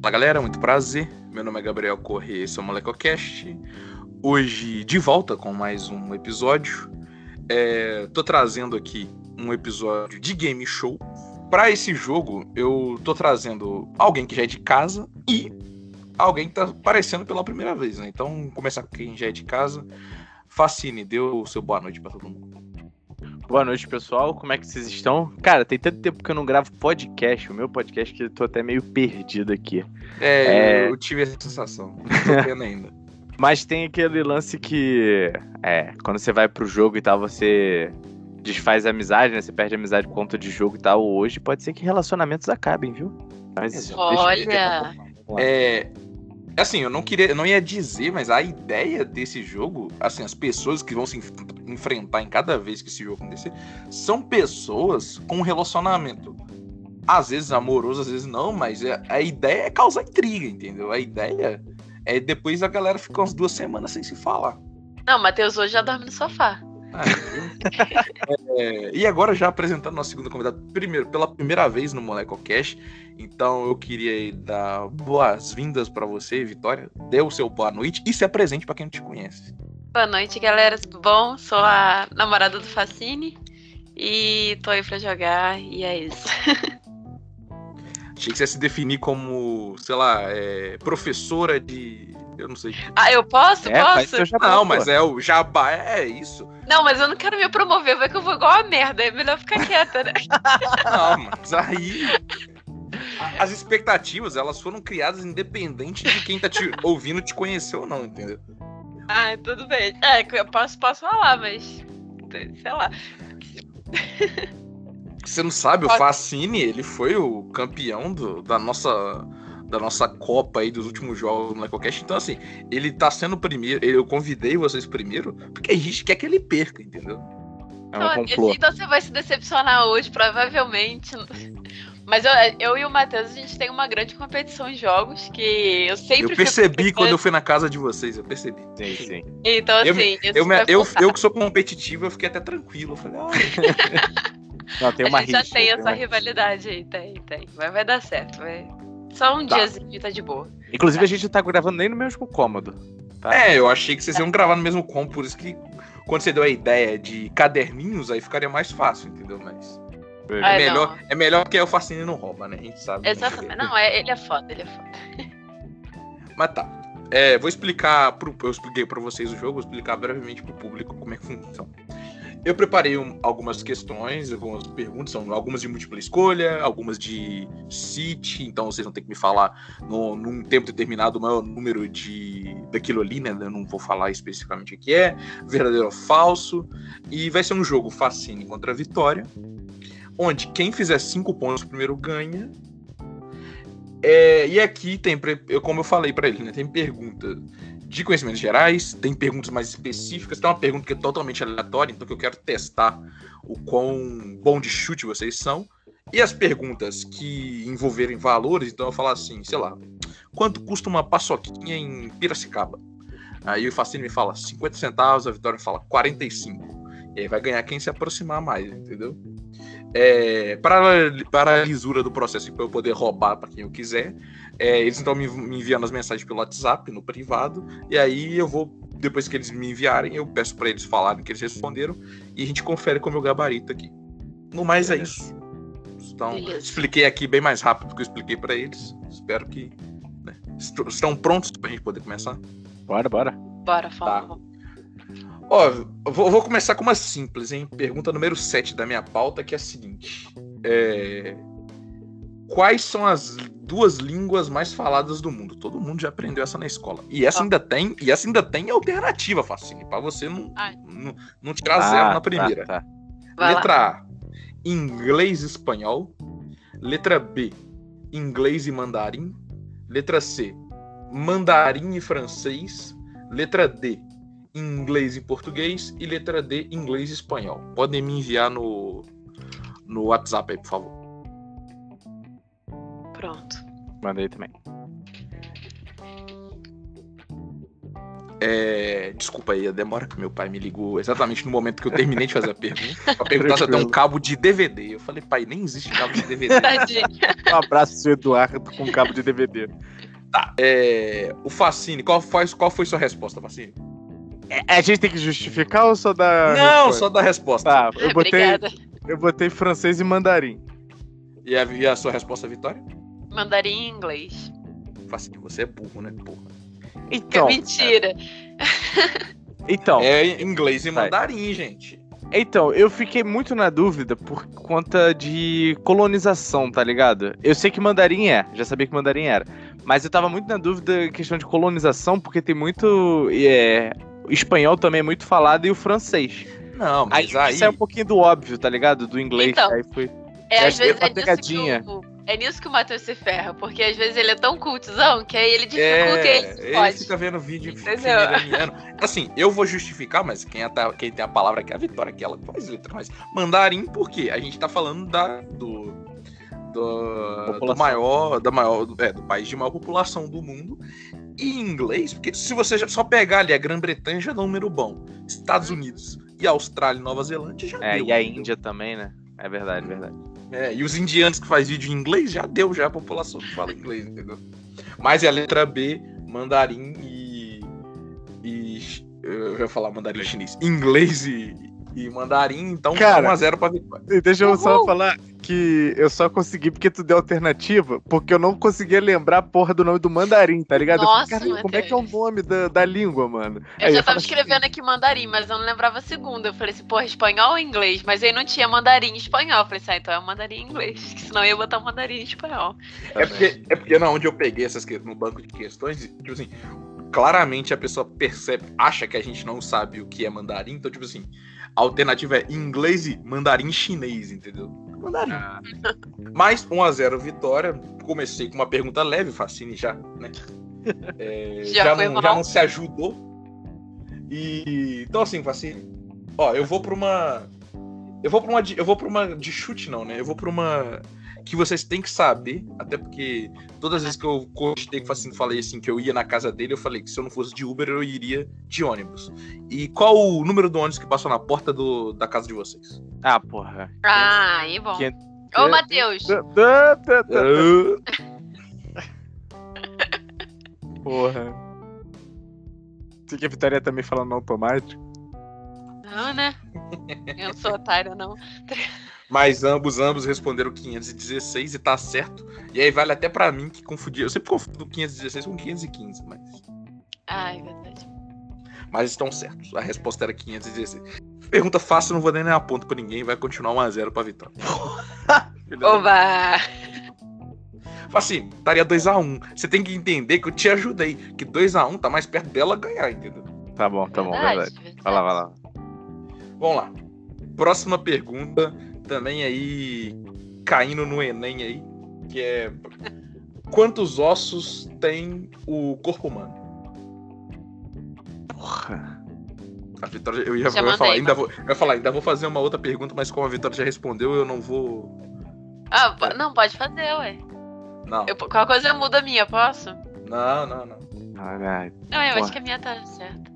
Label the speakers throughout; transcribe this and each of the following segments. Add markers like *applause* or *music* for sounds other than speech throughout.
Speaker 1: Fala galera, muito prazer. Meu nome é Gabriel Corrêa, esse é o MolecoCast. Hoje de volta com mais um episódio. É, tô trazendo aqui um episódio de game show. Para esse jogo, eu tô trazendo alguém que já é de casa e alguém que tá aparecendo pela primeira vez, né? Então, começar com quem já é de casa. Facine, deu o seu boa noite para todo mundo.
Speaker 2: Boa noite, pessoal. Como é que vocês estão? Cara, tem tanto tempo que eu não gravo podcast, o meu podcast, que eu tô até meio perdido aqui.
Speaker 1: É, eu tive essa sensação. Não tô tendo ainda.
Speaker 2: Mas tem aquele lance que. É, quando você vai pro jogo e tal, você desfaz a amizade, né? Você perde a amizade por conta de jogo e tal. Hoje pode ser que relacionamentos acabem, viu? Então, é Mas
Speaker 1: Exato.
Speaker 3: Olha,
Speaker 2: vamos lá.
Speaker 1: É. Assim, eu não queria, eu não ia dizer, mas a ideia desse jogo, assim, as pessoas que vão se enf- enfrentar em cada vez que esse jogo acontecer, são pessoas com relacionamento. Às vezes amoroso, às vezes não, mas é- a ideia é causar intriga, entendeu? A ideia é depois a galera ficar umas duas semanas sem se falar.
Speaker 3: não, Matheus hoje já dorme no sofá.
Speaker 1: É, e agora já apresentando nosso segundo convidado, primeiro, pela primeira vez no MolecoCast, então eu queria aí dar boas-vindas pra você, Vitória. Dê o seu boa noite e se apresente pra quem não te conhece.
Speaker 3: Boa noite, galera, tudo bom? Sou a namorada do Facine e tô aí pra jogar e é isso. *laughs*
Speaker 1: Achei que você ia se definir como, sei lá, é, professora de. Eu não sei.
Speaker 3: Ah, eu posso?
Speaker 2: É, faz
Speaker 3: posso?
Speaker 2: seu jabá,
Speaker 1: Não,
Speaker 2: pô.
Speaker 1: mas é o jabá, é isso.
Speaker 3: Não, mas eu não quero me promover, vai que eu vou igual a merda, é melhor ficar
Speaker 1: *laughs*
Speaker 3: quieta, né?
Speaker 1: Não, mas aí. a- As expectativas, elas foram criadas independente de quem tá te ouvindo te conhecer ou não, entendeu?
Speaker 3: Ah, tudo bem. É, que eu posso, posso falar, mas sei lá.
Speaker 1: Você não sabe, o
Speaker 3: Pode-
Speaker 1: Facine, ele foi o campeão do- da nossa da nossa Copa aí dos últimos jogos no LecoCast. Então, assim, ele tá sendo o primeiro. Eu convidei vocês primeiro, porque a gente quer que ele perca, entendeu?
Speaker 2: É
Speaker 3: Então,
Speaker 2: um complô.
Speaker 3: então você vai se decepcionar hoje, provavelmente. Mas eu, é, eu e o Matheus, a gente tem uma grande competição em jogos que eu sempre
Speaker 1: eu
Speaker 3: fico
Speaker 1: percebi quando eu
Speaker 3: pensando.
Speaker 1: fui na casa de vocês, eu percebi.
Speaker 2: Sim, sim.
Speaker 3: Então,
Speaker 1: eu-
Speaker 3: assim, isso
Speaker 1: Eu, me-
Speaker 3: vai
Speaker 1: eu,
Speaker 3: voltar.
Speaker 1: eu que sou competitivo, eu fiquei até tranquilo. Eu falei, ah,
Speaker 2: Não, tem uma
Speaker 3: a gente já
Speaker 2: rixa,
Speaker 3: tem
Speaker 2: uma
Speaker 3: essa
Speaker 2: rixa.
Speaker 3: rivalidade aí, tem, tem. Mas vai dar certo, vai. Só um
Speaker 1: Tá.
Speaker 3: diazinho e tá de boa.
Speaker 2: Inclusive, a gente não tá gravando nem no mesmo cômodo.
Speaker 1: é, eu achei que vocês iam gravar no mesmo combo, por isso que quando você deu a ideia de caderninhos, aí ficaria mais fácil, entendeu? Mas.
Speaker 3: Ah,
Speaker 1: É
Speaker 3: não.
Speaker 1: melhor, é melhor que aí o Facine não rouba, né? A gente sabe.
Speaker 3: Exatamente. Não, é, ele é foda, ele é foda.
Speaker 1: Mas tá. É, vou explicar. Pro, eu expliquei pra vocês o jogo, vou explicar brevemente pro público como é que funciona. Eu preparei um- algumas questões, algumas perguntas, são algumas de múltipla escolha, algumas de City, então vocês vão ter que me falar no, num tempo determinado o maior número de daquilo ali, né? Eu não vou falar especificamente o que é, verdadeiro ou falso. E vai ser um jogo Facine contra a Vitória, onde quem fizer cinco pontos primeiro ganha. É, e aqui tem, pre- eu- como eu falei pra ele, né, tem pergunta de conhecimentos gerais, tem perguntas mais específicas, tem uma pergunta que é totalmente aleatória, então que eu quero testar o quão bom de chute vocês são. E as perguntas que envolverem valores, então eu falo assim, sei lá, quanto custa uma paçoquinha em Piracicaba? Aí o Facine me fala 50 centavos, a Vitória fala 45. E aí vai ganhar quem se aproximar mais, entendeu? É, para, para a lisura do processo e para eu poder roubar para quem eu quiser, é, eles estão me, me enviando as mensagens pelo WhatsApp, no privado, e aí eu vou, depois que eles me enviarem, eu peço para eles falarem o que eles responderam e a gente confere com o meu gabarito aqui. No mais é isso. Então,
Speaker 3: Beleza.
Speaker 1: expliquei aqui bem mais rápido do que eu expliquei para eles. Espero que né, est- estão prontos para a gente poder começar.
Speaker 2: Bora, bora.
Speaker 3: Bora, fala.
Speaker 1: Tá. Ó, eu vou, vou começar com uma simples, hein? Pergunta número 7 da minha pauta, que é a seguinte: É, Quais são as duas línguas mais faladas do mundo? Todo mundo já aprendeu essa na escola. E essa
Speaker 3: Ó.
Speaker 1: ainda tem, e essa ainda tem alternativa, Facine, pra você não,
Speaker 3: Ai.
Speaker 1: não, não tirar
Speaker 2: Ah,
Speaker 1: zero na
Speaker 2: tá,
Speaker 1: primeira.
Speaker 2: tá.
Speaker 3: Vai lá.
Speaker 1: Letra A: inglês e espanhol. Letra B: inglês e mandarim. Letra C: mandarim e francês. Letra D: inglês e português. E letra D: inglês e espanhol. Podem me enviar no, no WhatsApp aí, por favor.
Speaker 2: *laughs*
Speaker 3: Pronto.
Speaker 2: Mandei também.
Speaker 1: É, Desculpa aí a demora que meu pai me ligou exatamente no momento que eu terminei de fazer a pergunta.
Speaker 3: *laughs*
Speaker 1: Pra perguntar se eu tenho um cabo de DVD. Eu falei, pai, nem existe cabo de
Speaker 3: *laughs*
Speaker 1: DVD.
Speaker 3: Tadinho.
Speaker 2: Um abraço, seu Eduardo, com cabo de DVD.
Speaker 1: É, o Facine, qual, faz- qual foi sua resposta, Facine?
Speaker 2: É, A gente tem que justificar ou só dar.
Speaker 1: Não,
Speaker 2: resposta?
Speaker 1: só da resposta.
Speaker 2: Tá, eu
Speaker 3: Ah,
Speaker 2: botei,
Speaker 3: Obrigada.
Speaker 2: eu botei francês e mandarim.
Speaker 1: E, a, e a sua resposta, Vitória?
Speaker 3: Mandarim em inglês.
Speaker 1: Facine, você é burro, né? Porra.
Speaker 3: Que
Speaker 2: Então,
Speaker 3: mentira.
Speaker 2: então,
Speaker 1: É em inglês e
Speaker 2: Vai.
Speaker 1: mandarim, gente.
Speaker 2: Então, eu fiquei muito na dúvida por conta de colonização, tá ligado? Eu sei que mandarim é, já sabia que mandarim era. Mas eu tava muito na dúvida em questão de colonização, porque tem muito. É, o espanhol também é muito falado e o francês.
Speaker 1: Não,
Speaker 2: Aí,
Speaker 1: mas aí.
Speaker 2: isso é um pouquinho do óbvio, tá ligado? Do inglês.
Speaker 3: Então.
Speaker 2: aí foi.
Speaker 3: É,
Speaker 2: Eu
Speaker 3: às
Speaker 2: achei
Speaker 3: vezes
Speaker 2: uma
Speaker 3: é nisso, que
Speaker 2: pegadinha.
Speaker 3: o, é nisso que o Matheus se ferra, porque às vezes ele é tão cultizão que aí ele dificulta e ele
Speaker 1: É,
Speaker 3: se
Speaker 1: ele
Speaker 3: fode.
Speaker 1: fica vendo vídeo de filme
Speaker 3: Entendeu?
Speaker 1: iraniano. Assim, eu vou justificar, mas quem, é- tá- quem tem a palavra aqui é a Vitória, que ela faz letra. Mas mandarim, por quê? A gente tá falando da, do, do,
Speaker 2: População.
Speaker 1: do maior, da maior é, do país de maior população do mundo. E em inglês, porque se você já- só pegar ali a Grã-Bretanha já dá um número bom. Estados Unidos e Austrália e Nova Zelândia já
Speaker 2: Uhum. É,
Speaker 1: deu. um
Speaker 2: e a Índia também, né? É verdade, verdade.
Speaker 1: É, e os indianos que faz vídeo em inglês já deu já a população que fala inglês, entendeu? Mas é a letra B, mandarim e. e chi- eu ia falar mandarim chinês. Inglês e, e mandarim, então
Speaker 2: Cara.
Speaker 1: 1x0 pra vitória.
Speaker 2: E deixa eu só
Speaker 3: Uhul.
Speaker 2: falar que eu só consegui porque tu deu alternativa, porque eu não conseguia lembrar a porra do nome do mandarim, tá ligado? Eu
Speaker 3: Nossa,
Speaker 2: "Caralho, como é que é o
Speaker 3: Matheus.
Speaker 2: nome da, da língua, mano?
Speaker 3: Eu
Speaker 2: Aí
Speaker 3: já
Speaker 2: falo
Speaker 3: tava
Speaker 2: assim,
Speaker 3: escrevendo aqui mandarim, mas eu não lembrava a segunda. Eu falei assim, porra, espanhol ou inglês? Mas aí não tinha mandarim em espanhol. Eu falei assim, ah, então é mandarim em inglês, *laughs* que senão eu ia botar mandarim em espanhol.
Speaker 1: É porque, é porque na onde eu peguei essas que- no banco de questões, tipo assim, claramente a pessoa percebe, acha que a gente não sabe o que é mandarim, então, tipo assim, a alternativa é inglês e mandarim chinês, entendeu? Mandarim.
Speaker 2: Ah,
Speaker 1: *laughs* Mais 1x0 vitória. Comecei com uma pergunta leve, Facine já, né? É,
Speaker 3: Já
Speaker 1: já,
Speaker 3: foi
Speaker 1: não,
Speaker 3: mal.
Speaker 1: já não se ajudou. E. Então assim, Facine. Ó, eu vou pra uma. Eu vou pra uma. De, eu vou pra uma. De chute, não, né? Eu vou pra uma. Que vocês têm que saber. Até porque todas as vezes que eu cogitei que o Facine falei assim, que eu ia na casa dele, eu falei que se eu não fosse de Uber, eu iria de ônibus. E qual o número do ônibus que passou na porta do- da casa de vocês?
Speaker 2: ah, porra.
Speaker 3: Ah, aí bom.
Speaker 2: Quinhentos-
Speaker 3: Ô, Matheus,
Speaker 2: Tã, tã, tã, tã.
Speaker 1: Ah.
Speaker 2: Porra. Você que a Vitória também falando no automático?
Speaker 3: não, né? Eu não sou otário, não.
Speaker 1: Mas ambos, ambos responderam 516 e tá certo. E aí vale até pra mim que confundi. Eu sempre confundo 516 com 515, mas,
Speaker 3: Ai, verdade.
Speaker 1: mas estão certos. A resposta era 516. Pergunta fácil, não vou dar nem a ponto pra ninguém. Vai continuar 1x0 pra vitória.
Speaker 3: Oba!
Speaker 1: Assim, estaria 2x1. Você tem que entender que eu te ajudei. Que 2x1 tá mais perto dela ganhar, entendeu?
Speaker 2: Tá bom, tá bom, verdade.
Speaker 3: verdade.
Speaker 2: Vai lá, vai lá.
Speaker 1: Vamos lá. Próxima pergunta, também aí caindo no Enem aí, que é quantos ossos tem o corpo humano?
Speaker 2: Porra.
Speaker 1: A Vitória, eu ia,
Speaker 3: Já
Speaker 1: eu ia falar,
Speaker 3: mandei, né?
Speaker 1: ainda vou, eu ia falar, ainda vou fazer uma outra pergunta, mas como a Vitória já respondeu, eu não vou.
Speaker 3: Ah, po- não, pode fazer, ué.
Speaker 1: Não,
Speaker 3: Eu, qualquer coisa eu mudo a minha, posso?
Speaker 1: não, não, não.
Speaker 2: Ai, ai.
Speaker 3: Não, eu
Speaker 2: Porra.
Speaker 3: acho que a minha tá certa.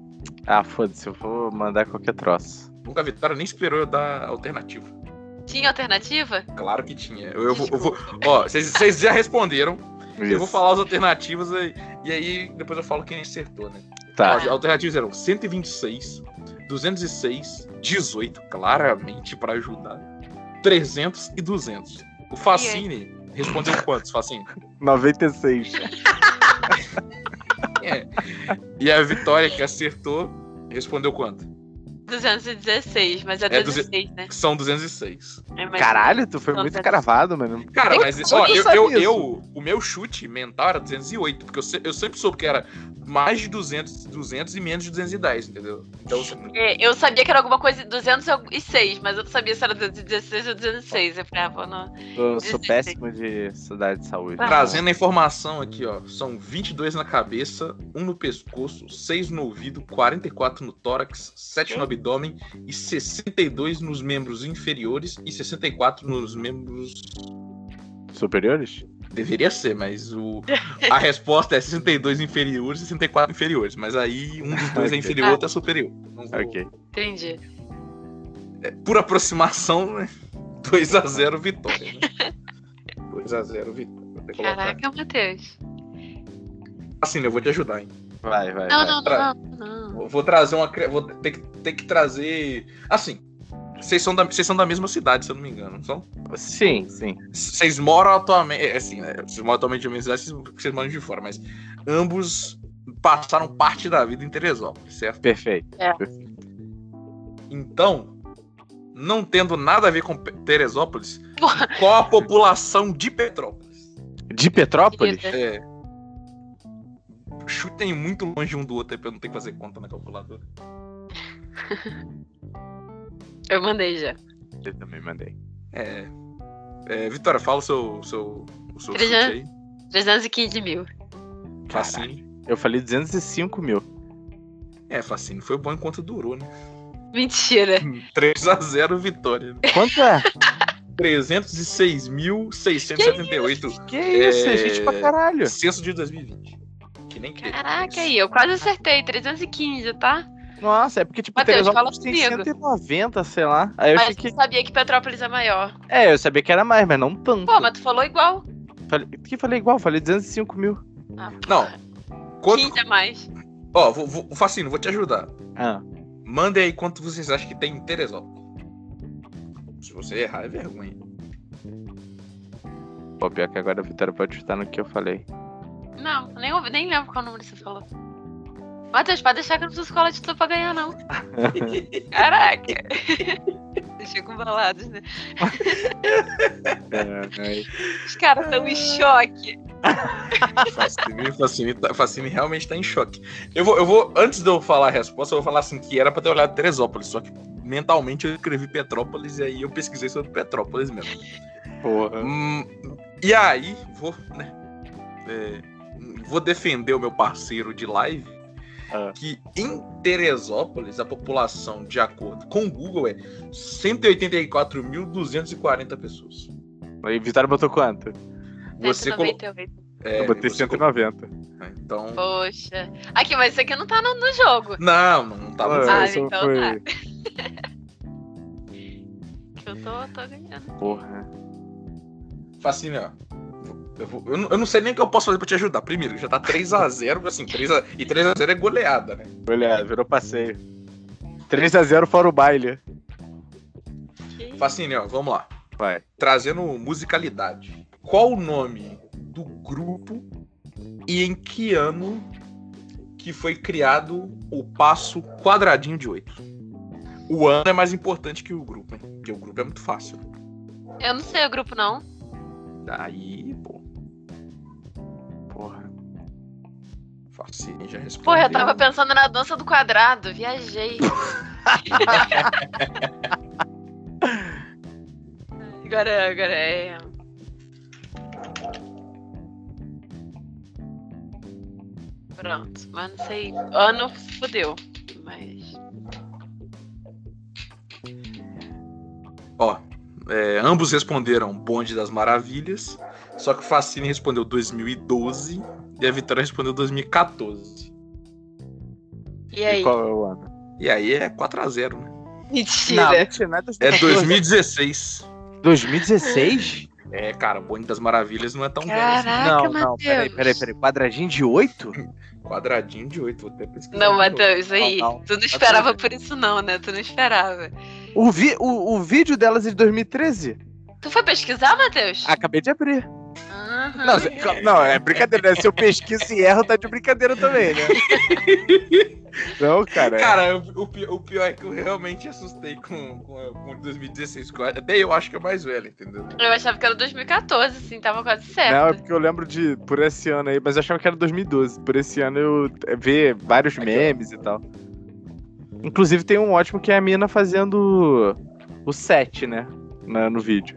Speaker 2: Ah, foda-se, eu vou mandar qualquer troço.
Speaker 1: Nunca a Vitória nem esperou eu dar alternativa.
Speaker 3: Tinha alternativa?
Speaker 1: Claro que tinha. Eu, eu vou, eu vou- Ó, vocês- vocês já responderam. Eu vou
Speaker 2: Isso.
Speaker 1: falar as alternativas aí, e aí depois eu falo quem acertou, né?
Speaker 2: Tá.
Speaker 1: As alternativas eram 126, 206, 18, claramente pra ajudar, 300 e 200. O Facine respondeu quantos, Facine?
Speaker 2: 96.
Speaker 1: E a Vitória, que acertou, respondeu quanto?
Speaker 3: 216, mas é
Speaker 1: É
Speaker 3: 16, né?
Speaker 1: Que São 206.
Speaker 3: É mais-
Speaker 2: Caralho, tu foi
Speaker 3: Não,
Speaker 2: muito
Speaker 3: tá-
Speaker 2: cravado, mano.
Speaker 1: Cara,
Speaker 2: Eu-
Speaker 1: mas
Speaker 2: eu
Speaker 1: ó,
Speaker 2: não
Speaker 1: eu,
Speaker 2: sabia
Speaker 1: eu,
Speaker 2: isso.
Speaker 1: eu- o meu chute mental era 208, porque eu, se- eu sempre soube que era mais de 200, 200 e menos de 210, entendeu? Então, você-
Speaker 3: É, Eu sabia que era alguma coisa de 206, mas eu não sabia se era 216 ou 206. Eu falei, ah, vou no...
Speaker 2: Eu sou péssimo de cidade de saúde.
Speaker 3: Ah.
Speaker 1: trazendo a informação aqui, ó, são 22 na cabeça, 1 no pescoço, 6 no ouvido, 44 no tórax, 7 no abdômen e 62 nos membros inferiores e 64 nos membros
Speaker 2: Superiores?
Speaker 1: Deveria ser, mas o... a
Speaker 3: *laughs*
Speaker 1: resposta é 62 inferiores e 64 inferiores. Mas aí um dos dois é inferior,
Speaker 3: Ah.
Speaker 1: outro é superior. Não vou-
Speaker 2: Ok.
Speaker 3: Entendi.
Speaker 1: é, por aproximação, né? 2x0 vitória. Né?
Speaker 3: *laughs*
Speaker 1: 2x0 vitória. Vou até colocar.
Speaker 3: Caraca, Matheus.
Speaker 1: Assim, eu vou te ajudar, hein?
Speaker 2: Vai, É, vai.
Speaker 3: Não,
Speaker 2: vai.
Speaker 3: não,
Speaker 1: pra-
Speaker 3: não, não.
Speaker 1: Vou- Vou trazer uma. cre- Vou ter que, ter que trazer. Assim, vocês são, da... vocês são da mesma cidade, se eu não me engano, não são?
Speaker 2: Sim, sim.
Speaker 1: Vocês moram atualmente. é, Assim, né? Vocês moram atualmente na mesma cidade, vocês- porque vocês moram de fora, mas ambos passaram parte da vida em Teresópolis, certo?
Speaker 2: Perfeito.
Speaker 1: Então, não tendo nada a ver com Pe- Teresópolis,
Speaker 3: Porra.
Speaker 1: qual a população de Petrópolis?
Speaker 2: De Petrópolis?
Speaker 3: Diga.
Speaker 1: É. Chutem muito longe um do outro aí pra eu não ter que fazer conta na calculadora.
Speaker 3: Eu mandei já.
Speaker 2: Eu também mandei.
Speaker 1: É. é, Vitória, fala o seu, seu, o seu chute
Speaker 3: Trezentos-
Speaker 1: aí.
Speaker 3: 315 mil.
Speaker 1: Facine.
Speaker 2: Eu falei 205 mil.
Speaker 1: É, Facine. Foi bom enquanto durou, né? *laughs*
Speaker 3: Mentira.
Speaker 1: 3x0 vitória. né?
Speaker 2: Quanto
Speaker 3: *laughs*
Speaker 2: é?
Speaker 1: 306.678.
Speaker 2: Que isso,
Speaker 1: É.
Speaker 2: é gente pra caralho.
Speaker 1: Censo de 2020. Que nem que.
Speaker 3: Caraca, aí, eu quase acertei. 315, tá?
Speaker 2: Nossa, é porque, tipo,
Speaker 3: Mateus,
Speaker 2: Teresópolis
Speaker 3: fala
Speaker 2: tem
Speaker 3: comigo.
Speaker 2: 190, sei lá. Aí eu achei
Speaker 3: Mas
Speaker 2: que.
Speaker 3: eu sabia que Petrópolis é maior.
Speaker 2: É, eu sabia que era mais, mas não tanto.
Speaker 3: Pô, mas tu falou igual.
Speaker 2: Falei... Que falei igual, falei 205 mil.
Speaker 3: Ah,
Speaker 1: Não. Quanto...
Speaker 3: 15 a mais.
Speaker 1: Ó, vou, vou, Facine, vou te ajudar.
Speaker 2: Ah,
Speaker 1: Mandem aí quanto vocês acham que tem em Teresópolis. Se você errar, é vergonha.
Speaker 2: pô, pior que agora a Vitória pode chutar no que eu falei.
Speaker 3: Não, nem, ouvi- nem lembro qual número você falou. Matheus, pode deixar que eu não preciso colar de tudo pra
Speaker 1: *laughs*
Speaker 3: ganhar, não. Caraca. Deixei com balados, né?
Speaker 2: É,
Speaker 3: Os caras estão em choque.
Speaker 1: Facine, Facine, tá- Facine realmente tá em choque. Eu vou, eu vou, antes de eu falar a resposta, eu vou falar assim que era pra ter olhado Teresópolis, só que mentalmente eu escrevi Petrópolis e aí eu pesquisei sobre Petrópolis mesmo.
Speaker 2: Porra.
Speaker 1: Hum, e aí, vou, né? é, vou defender o meu parceiro de live.
Speaker 2: Ah.
Speaker 1: Que em Teresópolis a população, de acordo com o Google, é 184.240 pessoas.
Speaker 2: Aí Vitória botou quanto?
Speaker 1: Você colocou.
Speaker 3: 198.
Speaker 1: É,
Speaker 2: eu botei
Speaker 1: você colo-
Speaker 2: 190.
Speaker 1: Então.
Speaker 3: Poxa. Aqui, mas isso aqui não tá no, no jogo.
Speaker 1: Não, não, tá não tava.
Speaker 3: Ah,
Speaker 2: eu só
Speaker 3: então
Speaker 2: fui-
Speaker 3: tá. Que eu tô, tô ganhando.
Speaker 2: Porra.
Speaker 1: Fascina. Tipo assim, Eu, vou- eu não- eu não sei nem o que eu posso fazer pra te ajudar. Primeiro, já tá 3x0, assim, 3 a, e 3x0 é goleada, né?
Speaker 2: Olha, virou passeio. 3x0 fora o baile.
Speaker 3: Que-
Speaker 1: Fascina, Tipo assim, ó, vamos lá.
Speaker 2: Vai.
Speaker 1: Trazendo musicalidade. Qual o nome do grupo e em que ano que foi criado o passo quadradinho de 8? O ano é mais importante que o grupo, hein? Porque o grupo é muito fácil.
Speaker 3: Eu não sei o grupo, não.
Speaker 1: Daí, pô,
Speaker 2: Porra.
Speaker 1: Fascina já respondeu.
Speaker 3: Porra, eu tava pensando na dança do quadrado. Viajei. *laughs* agora, agora é. Pronto, mas não sei. Ano fudeu. Mas.
Speaker 1: Ó, é, ambos responderam Bonde das Maravilhas, só que o Facine respondeu 2012 e a Vitória respondeu 2014.
Speaker 3: E aí?
Speaker 2: E qual é o ano?
Speaker 1: E aí é 4x0, né?
Speaker 2: Não,
Speaker 3: Mentira.
Speaker 2: mentira, não é dos-
Speaker 3: *laughs*
Speaker 1: É
Speaker 2: *laughs*
Speaker 1: 2016.
Speaker 2: 2016?
Speaker 1: É, cara, Bonde das Maravilhas não é tão velho. assim.
Speaker 3: Caraca,
Speaker 2: não,
Speaker 3: Matheus.
Speaker 2: não, peraí, peraí, peraí. Quadradinho de 8?
Speaker 1: Quadradinho de 8, vou até pesquisar.
Speaker 3: Não, é
Speaker 1: de novo.
Speaker 3: Matheus, aí.
Speaker 2: Não, não.
Speaker 3: Tu não esperava por isso, não, né? Tu não esperava.
Speaker 2: O, vi, o, o vídeo delas é de 2013?
Speaker 3: Tu foi pesquisar, Matheus?
Speaker 2: Ah, Acabei de abrir.
Speaker 3: Aham.
Speaker 2: Não, cê- cal- não, é brincadeira, né? Se eu pesquiso e erro, tá de brincadeira também,
Speaker 3: *laughs*
Speaker 2: né? Não, cara. é
Speaker 1: Cara, é. o, o pi- o pior é que eu realmente assustei com, com, com 2016. que eu- Até eu acho que é o mais velho, entendeu?
Speaker 3: Eu achava que era 2014, assim, tava quase certo.
Speaker 2: Não, é porque eu lembro de por esse ano aí, mas eu achava que era 2012. Por esse ano eu eh, vi vários
Speaker 1: Aqui, ó.
Speaker 2: memes e tal. Inclusive tem um ótimo que é a mina fazendo o set, né? na- no vídeo.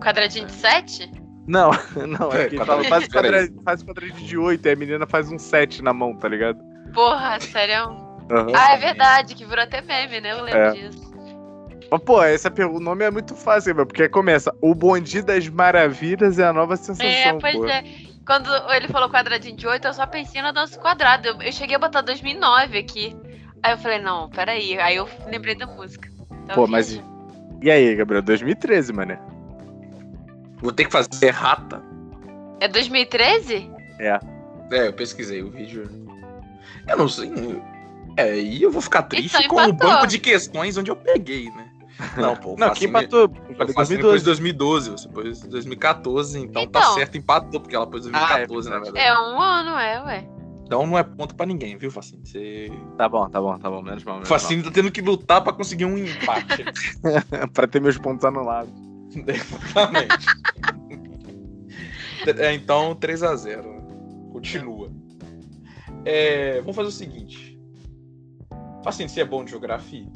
Speaker 3: Quadradinho de 7?
Speaker 2: Não, *laughs* não,
Speaker 1: É, *laughs*
Speaker 2: é que
Speaker 1: quadradinho,
Speaker 2: ele fala, faz
Speaker 1: peraí.
Speaker 2: quadradinho, faz quadradinho de 8, aí a menina faz um set na mão, tá ligado?
Speaker 3: Porra, sério. um-
Speaker 2: Aham.
Speaker 3: é Ah, é verdade, que virou até meme, né? Eu lembro
Speaker 2: É.
Speaker 3: disso.
Speaker 2: Mas, pô, essa pergunta, o nome é muito fácil, meu, porque começa. O Bondi das Maravilhas é a nova sensação.
Speaker 3: É, pois
Speaker 2: pô.
Speaker 3: é. Quando ele falou quadradinho de 8, eu só pensei na dança quadrada. Eu, eu cheguei a botar 2009 aqui. Aí eu falei, não, peraí. Aí eu lembrei da música. Então,
Speaker 2: Pô,
Speaker 3: eu
Speaker 2: mas.
Speaker 3: fiz.
Speaker 2: E e aí, Gabriel? 2013, mané.
Speaker 1: Vou ter que fazer rata.
Speaker 3: É 2013?
Speaker 1: É, eu pesquisei o vídeo. Eu não sei. É, e eu vou ficar triste
Speaker 3: Então,
Speaker 1: com o
Speaker 3: empatou.
Speaker 1: banco de questões onde eu peguei, né? Não, pô.
Speaker 2: *laughs* Não,
Speaker 1: Facine-
Speaker 2: quem matou?
Speaker 1: eu
Speaker 2: Falei
Speaker 1: Facine pôs
Speaker 2: 2012.
Speaker 1: 2012, você pôs 2014, então, tá
Speaker 3: Então.
Speaker 1: certo, empatou, porque ela pôs 2014,
Speaker 2: Ah, é
Speaker 1: na
Speaker 2: verdade.
Speaker 1: verdade.
Speaker 3: É um ano, é, ué.
Speaker 1: né? Então não é ponto pra ninguém, viu, Facine? Você...
Speaker 2: Tá bom, tá bom, tá bom. Menos mal.
Speaker 1: O
Speaker 2: Menos mal.
Speaker 1: Facine tá tendo que lutar pra conseguir um empate. *laughs*
Speaker 2: *laughs* pra ter meus pontos anulados.
Speaker 1: Exatamente. *laughs* É, então, 3x0. Continua. É, vamos fazer o seguinte. Facine, você é bom de geografia?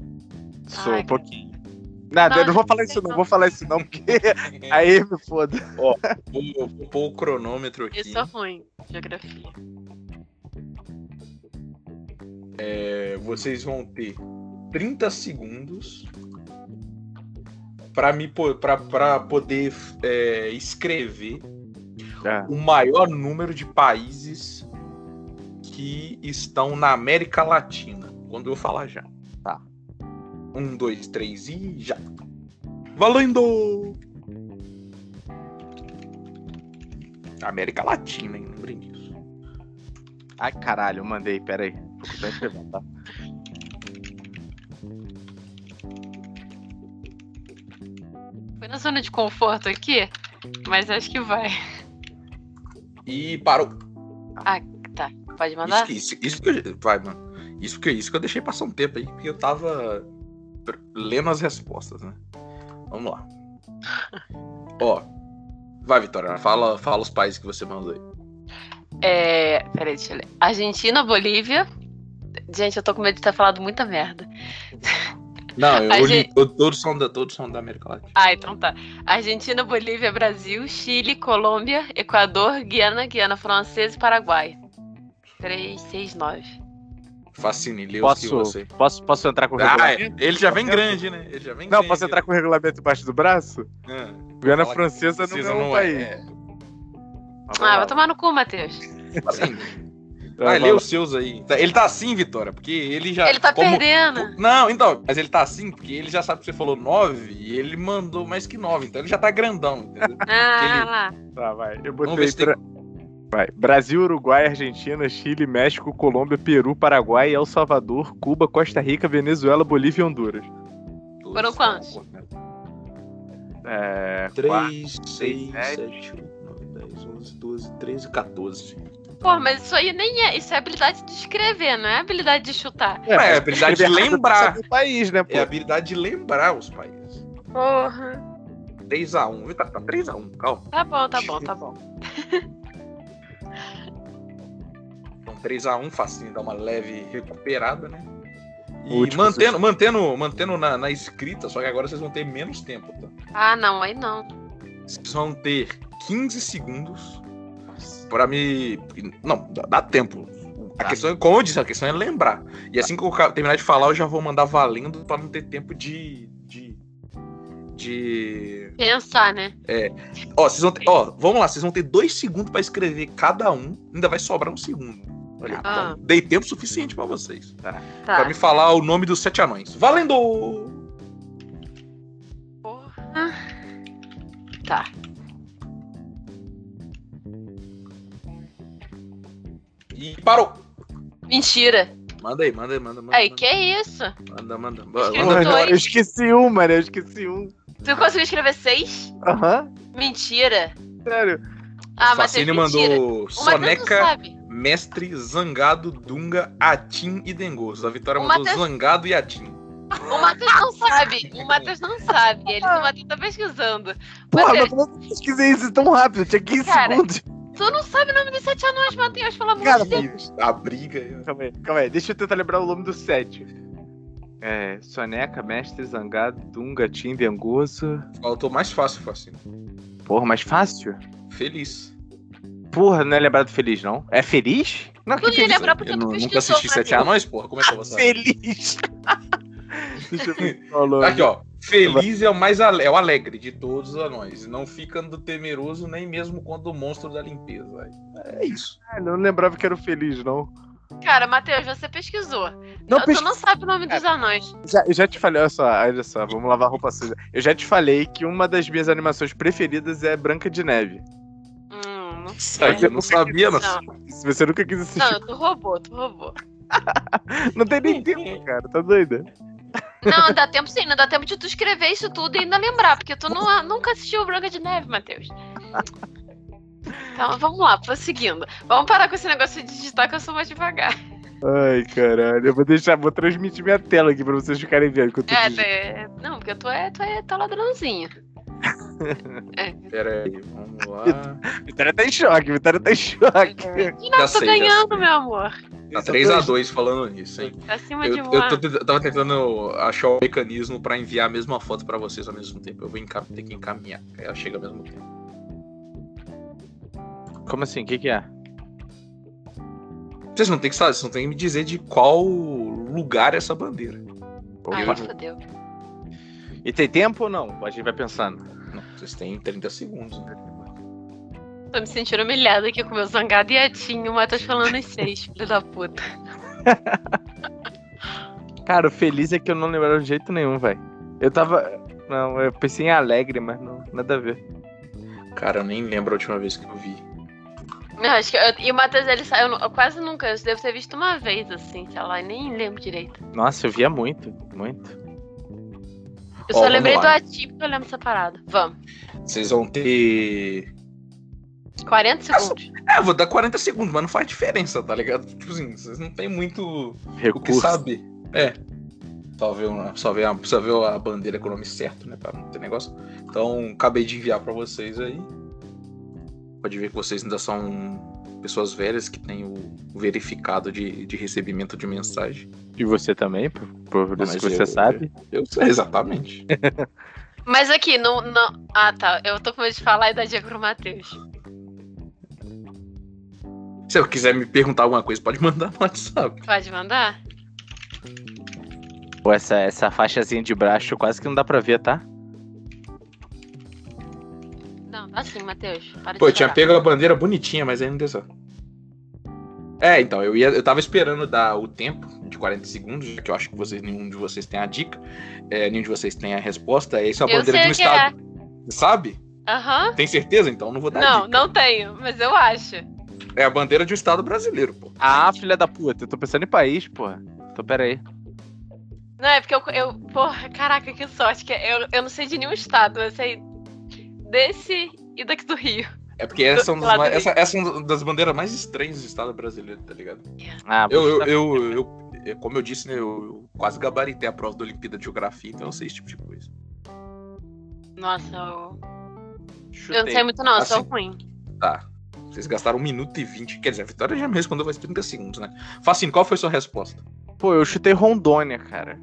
Speaker 2: Sou
Speaker 3: Ai,
Speaker 2: um pouquinho. Nada, eu
Speaker 3: Não,
Speaker 2: não vou falar
Speaker 3: não
Speaker 2: isso
Speaker 3: sei
Speaker 2: não,
Speaker 3: não.
Speaker 2: vou falar isso não,
Speaker 1: *laughs*
Speaker 2: porque aí me foda.
Speaker 1: Vou, vou pôr o cronômetro aqui.
Speaker 3: Eu sou ruim. em Geografia.
Speaker 1: É, vocês vão ter 30 segundos para me po- pra, pra poder é, escrever
Speaker 2: Ah,
Speaker 1: o maior número de países que estão na América Latina. Quando eu falar já.
Speaker 2: Tá.
Speaker 1: Um, dois, três e já. Valendo! América Latina, hein? Lembrem disso.
Speaker 2: Ai, caralho, eu mandei, peraí. Vou continuar escrevendo, tá?
Speaker 3: Foi na zona de conforto aqui, mas acho que vai.
Speaker 1: E parou.
Speaker 3: Pode
Speaker 1: Isso
Speaker 3: mandar?
Speaker 1: que, isso, isso que eu, vai, mano. Isso que, isso que eu deixei passar um tempo aí, porque eu tava pr- lendo as respostas, né? Vamos
Speaker 3: *laughs*
Speaker 1: lá. Ó. Vai, Vitória, fala, fala os países que você mandou aí.
Speaker 3: É. Peraí, deixa eu ler. Argentina, Bolívia. Gente, eu tô com medo de ter falado muita merda.
Speaker 1: Não, eu,
Speaker 3: A
Speaker 1: li-
Speaker 3: gente-
Speaker 1: eu- todos, são da, todos são da América Latina.
Speaker 3: Ah, então tá. Argentina, Bolívia, Brasil, Chile, Colômbia, Equador, Guiana, Guiana Francesa e Paraguai. 3, 6, 9.
Speaker 1: Fascine, lê os que
Speaker 2: Posso,
Speaker 1: você.
Speaker 2: posso, posso entrar com o
Speaker 1: Ah,
Speaker 2: regulamento?
Speaker 1: é, ele já vem grande, né? Ele já vem
Speaker 2: Não,
Speaker 1: grande.
Speaker 2: posso entrar com o regulamento embaixo do braço?
Speaker 1: Ah,
Speaker 2: Guiana
Speaker 1: Fala que
Speaker 2: Francesa não
Speaker 1: precisa,
Speaker 2: é um
Speaker 1: não é.
Speaker 2: país.
Speaker 1: É.
Speaker 2: Mas vamos
Speaker 3: Ah,
Speaker 2: lá.
Speaker 3: vai tomar no cu, Matheus.
Speaker 1: Assim,
Speaker 2: Então,
Speaker 1: vai,
Speaker 2: vamos
Speaker 1: lê
Speaker 2: lá.
Speaker 1: os seus aí. Tá- Ele tá assim, Vitória, porque ele já.
Speaker 3: Ele tá
Speaker 1: como-
Speaker 3: perdendo.
Speaker 1: Não, então, mas ele tá assim, porque ele já sabe que você falou 9 e ele mandou mais que 9, então ele já tá grandão,
Speaker 3: *laughs*
Speaker 1: entendeu?
Speaker 3: Ah, lá.
Speaker 2: Tá, vai. Eu
Speaker 1: Vamos ver
Speaker 2: botei
Speaker 1: se tem.
Speaker 2: Bra- vai. Brasil, Uruguai, Argentina, Chile, México, Colômbia, Peru, Paraguai, El Salvador, Cuba, Costa Rica, Venezuela, Bolívia e Honduras.
Speaker 3: Foram quantos?
Speaker 1: né?
Speaker 2: É. quatro.
Speaker 1: 3, 6,
Speaker 2: sete,
Speaker 1: 7, 8, 9, 10, 11, 12, 13, 14.
Speaker 3: Pô, mas isso aí nem é. Isso é habilidade de escrever, não é habilidade de chutar.
Speaker 1: É, é a habilidade de
Speaker 2: Escrever errado pra
Speaker 1: lembrar.
Speaker 2: saber o país, né, pô?
Speaker 1: É a habilidade de lembrar os países.
Speaker 3: Porra.
Speaker 1: 3x1, tá, tá 3x1, calma.
Speaker 3: Tá bom, tá bom, tá bom.
Speaker 1: Então 3x1, facinho, dá uma leve recuperada, né? E
Speaker 2: Último,
Speaker 1: mantendo, mantendo, mantendo na, na escrita, só que agora vocês vão ter menos tempo, tá?
Speaker 3: Ah, não, aí não.
Speaker 1: Vocês vão ter 15 segundos pra me. Não, dá, dá tempo. A
Speaker 2: Tá.
Speaker 1: questão é, como eu disse, a questão é lembrar. E assim que eu ca- terminar de falar, eu já vou mandar valendo pra não ter tempo de. de. de-
Speaker 3: Pensar, né?
Speaker 1: Ó, vocês vão ter. Ó, vamos lá, vocês vão ter dois segundos pra escrever cada um. Ainda vai sobrar um segundo. Olha,
Speaker 3: Ah.
Speaker 1: então, dei tempo suficiente pra vocês.
Speaker 3: Tá.
Speaker 1: Pra me falar o nome dos sete anões. Valendo!
Speaker 3: Porra. Tá.
Speaker 1: E parou!
Speaker 3: Mentira.
Speaker 1: Manda aí, manda aí, manda, manda.
Speaker 3: Aí,
Speaker 1: manda,
Speaker 3: que é isso?
Speaker 1: manda, manda.
Speaker 3: Escreveu
Speaker 1: Manda-
Speaker 2: Porra,
Speaker 3: dois.
Speaker 2: eu esqueci um, mano. Eu esqueci um.
Speaker 3: Tu conseguiu escrever seis?
Speaker 2: Aham.
Speaker 3: Mentira.
Speaker 2: Sério.
Speaker 3: Ah, mas é
Speaker 1: Facine
Speaker 3: mentira.
Speaker 1: mandou
Speaker 3: O Matheus não
Speaker 1: Soneca,
Speaker 3: sabe.
Speaker 1: Mestre, Zangado, Dunga, Atim e Dengoso. A Vitória
Speaker 3: O
Speaker 1: mandou
Speaker 3: Matheus-
Speaker 1: Zangado e Atim.
Speaker 3: O Matheus não sabe. O Matheus não sabe. Ele, o Matheus tá pesquisando.
Speaker 2: Porra,
Speaker 3: Matheus,
Speaker 2: mas como é que eu pesquisei isso tão rápido? Eu tinha 15
Speaker 3: Cara,
Speaker 2: segundos. *laughs*
Speaker 3: tu não sabe o nome dos sete anões, Matheus. Pelo amor
Speaker 2: Cara,
Speaker 3: de Deus.
Speaker 1: A briga.
Speaker 2: Calma aí, calma aí. Deixa eu tentar lembrar o nome do set. É, Soneca, Mestre, Zangado, Dunga, Tim, Vengoso.
Speaker 1: Faltou mais fácil, Facine.
Speaker 2: Porra, mais fácil?
Speaker 1: Feliz.
Speaker 2: Porra, não é lembrado feliz, não? É feliz? Não,
Speaker 3: Tu
Speaker 2: que
Speaker 3: não ia
Speaker 2: feliz?
Speaker 3: lembrar porque
Speaker 1: Eu
Speaker 3: tu
Speaker 1: nu- nunca
Speaker 3: pesquisou,
Speaker 1: assisti
Speaker 3: Matheus.
Speaker 1: Sete Anões, porra. Como é que eu vou saber?
Speaker 2: *laughs* Feliz! Deixa eu ver o valor.
Speaker 1: Tá Aqui, ó. Feliz é o mais ale- é o alegre de todos os anões. Não ficando temeroso nem mesmo quando o monstro da limpeza. É isso.
Speaker 2: Ah, não lembrava que era o feliz, não.
Speaker 3: Cara, Matheus, você pesquisou.
Speaker 2: Não,
Speaker 3: tu
Speaker 2: pesqui-
Speaker 3: não sabe o nome dos anões.
Speaker 2: Já- eu já te falei, olha só, olha só, vamos lavar a roupa suja. Eu já te falei que uma das minhas animações preferidas é Branca de Neve.
Speaker 3: Hum, não
Speaker 1: Isso
Speaker 3: sei.
Speaker 1: aí Tá eu não sabia, mas.
Speaker 3: Não,
Speaker 2: Se você nunca quis assistir,
Speaker 3: não, tu roubou, tu roubou.
Speaker 2: *laughs* não, tem nem
Speaker 3: *laughs*
Speaker 2: tempo, cara, tá doida?
Speaker 3: Não, dá tempo sim, não dá tempo de tu escrever isso tudo e ainda lembrar, porque tu não- nunca assistiu Branca de Neve, Matheus. Então vamos lá, prosseguindo. Vamos parar com esse negócio de digitar que eu sou mais devagar.
Speaker 2: Ai, caralho, eu vou deixar, vou transmitir minha tela aqui pra vocês ficarem vendo que eu tô
Speaker 3: É,
Speaker 2: digitando.
Speaker 3: é, não, porque tu é, tu é tu é ladrãozinho. É.
Speaker 1: *laughs* Pera aí, vamos
Speaker 2: *laughs*
Speaker 1: lá.
Speaker 2: Vitória tá em choque, Vitória tá em choque.
Speaker 3: E não,
Speaker 1: Já
Speaker 3: eu tô
Speaker 1: sei, já
Speaker 3: ganhando,
Speaker 1: sei.
Speaker 3: meu amor.
Speaker 2: é
Speaker 1: Tá 3x2 falando nisso, hein?
Speaker 3: Tá acima
Speaker 1: Eu,
Speaker 3: de
Speaker 1: eu
Speaker 3: voar.
Speaker 1: tô tenta- tava tentando achar o mecanismo pra enviar a mesma foto pra vocês ao mesmo tempo. Eu vou enca- ter que encaminhar. Ela chega ao mesmo tempo.
Speaker 2: Como assim, o que que é?
Speaker 1: Vocês não tem que saber, vocês não tem que me dizer de qual lugar é essa bandeira.
Speaker 3: Aí
Speaker 1: eu-
Speaker 3: Ah, fodeu.
Speaker 2: E tem tempo ou não? A gente vai pensando.
Speaker 1: Não, vocês têm 30 segundos, né?
Speaker 3: Tô me sentindo humilhada aqui com o meu zangado e atinho, o Matheus falando em seis, filho da puta.
Speaker 2: Cara, o feliz é que eu não lembrava de jeito nenhum, velho. Eu tava... Não, eu pensei em alegre, mas não, nada a ver.
Speaker 1: Cara, eu nem lembro a última vez que eu vi.
Speaker 3: Não, acho que eu- e o Matheus, ele saiu. Eu quase nunca, eu devo ter visto uma vez, assim, sei lá, e nem lembro direito.
Speaker 2: Nossa, eu via muito, muito.
Speaker 1: Ó,
Speaker 3: Eu só
Speaker 1: vamos
Speaker 3: lembrei
Speaker 1: lá.
Speaker 3: do atípico, eu lembro dessa parada. Vamos.
Speaker 1: Vocês vão ter.
Speaker 3: 40
Speaker 1: *laughs*
Speaker 3: segundos.
Speaker 1: É, eu vou dar 40 segundos, mas não faz diferença, tá ligado? Tipo assim, vocês não tem muito o que
Speaker 2: Recurso.
Speaker 1: saber. É. Só ver, uma, só, ver a, só ver a bandeira com o nome certo, né? Pra não ter negócio. Então, acabei de enviar pra vocês aí. Pode ver que vocês ainda são pessoas velhas que têm o verificado de, de recebimento de mensagem.
Speaker 2: E você também, por, por
Speaker 1: Não,
Speaker 2: isso
Speaker 1: mas
Speaker 2: que você
Speaker 1: eu-
Speaker 2: sabe.
Speaker 1: Eu sei exatamente. *laughs*
Speaker 3: Mas aqui, não, não. Ah, tá. Eu tô com medo de falar e dar dica pro Matheus.
Speaker 1: Se eu quiser me perguntar alguma coisa, pode mandar no WhatsApp.
Speaker 3: Pode mandar?
Speaker 2: Pô, essa, essa faixazinha de braço quase que não dá pra ver, tá?
Speaker 3: Não, tá sim, Matheus. Para
Speaker 1: Pô, eu
Speaker 3: de
Speaker 1: tinha
Speaker 3: chorar.
Speaker 1: pego a bandeira bonitinha, mas aí não deu certo. É, então, eu, ia, eu tava esperando dar o tempo de 40 segundos, já que eu acho que vocês, nenhum de vocês tem a dica, é, nenhum de vocês tem a resposta. Essa é a
Speaker 3: Eu
Speaker 1: bandeira de um
Speaker 3: sei o que é.
Speaker 1: estado. Sabe?
Speaker 3: Aham.
Speaker 1: Tem certeza? Então não vou dar a
Speaker 3: Não,
Speaker 1: dica.
Speaker 3: não tenho, mas eu acho.
Speaker 1: É a bandeira de um estado brasileiro, pô.
Speaker 2: Ah, filha da puta, eu tô pensando em país, porra. Então, pera aí.
Speaker 3: Não, é porque eu. eu- porra, caraca, que sorte. Que eu, eu não sei de nenhum estado. Eu sei desse e daqui do Rio.
Speaker 1: É porque essa é, uma das
Speaker 3: Lá
Speaker 1: mais-
Speaker 3: do
Speaker 1: essa, essa é uma das bandeiras mais estranhas do estado brasileiro, tá ligado?
Speaker 2: Ah,
Speaker 1: Eu, eu,
Speaker 2: puta-
Speaker 1: eu, eu- é, como eu disse, né, eu, eu quase gabaritei a prova da Olimpíada de Geografia, então eu sei esse tipo de coisa.
Speaker 3: Nossa, eu,
Speaker 2: chutei.
Speaker 3: eu não sei muito, não. Eu sou
Speaker 1: Assim.
Speaker 3: ruim.
Speaker 1: Tá. Vocês gastaram 1 minuto e 20. Quer dizer, a Vitória já me respondeu faz 30 segundos, né? Facine, qual foi sua resposta?
Speaker 2: Pô, eu chutei Rondônia, cara.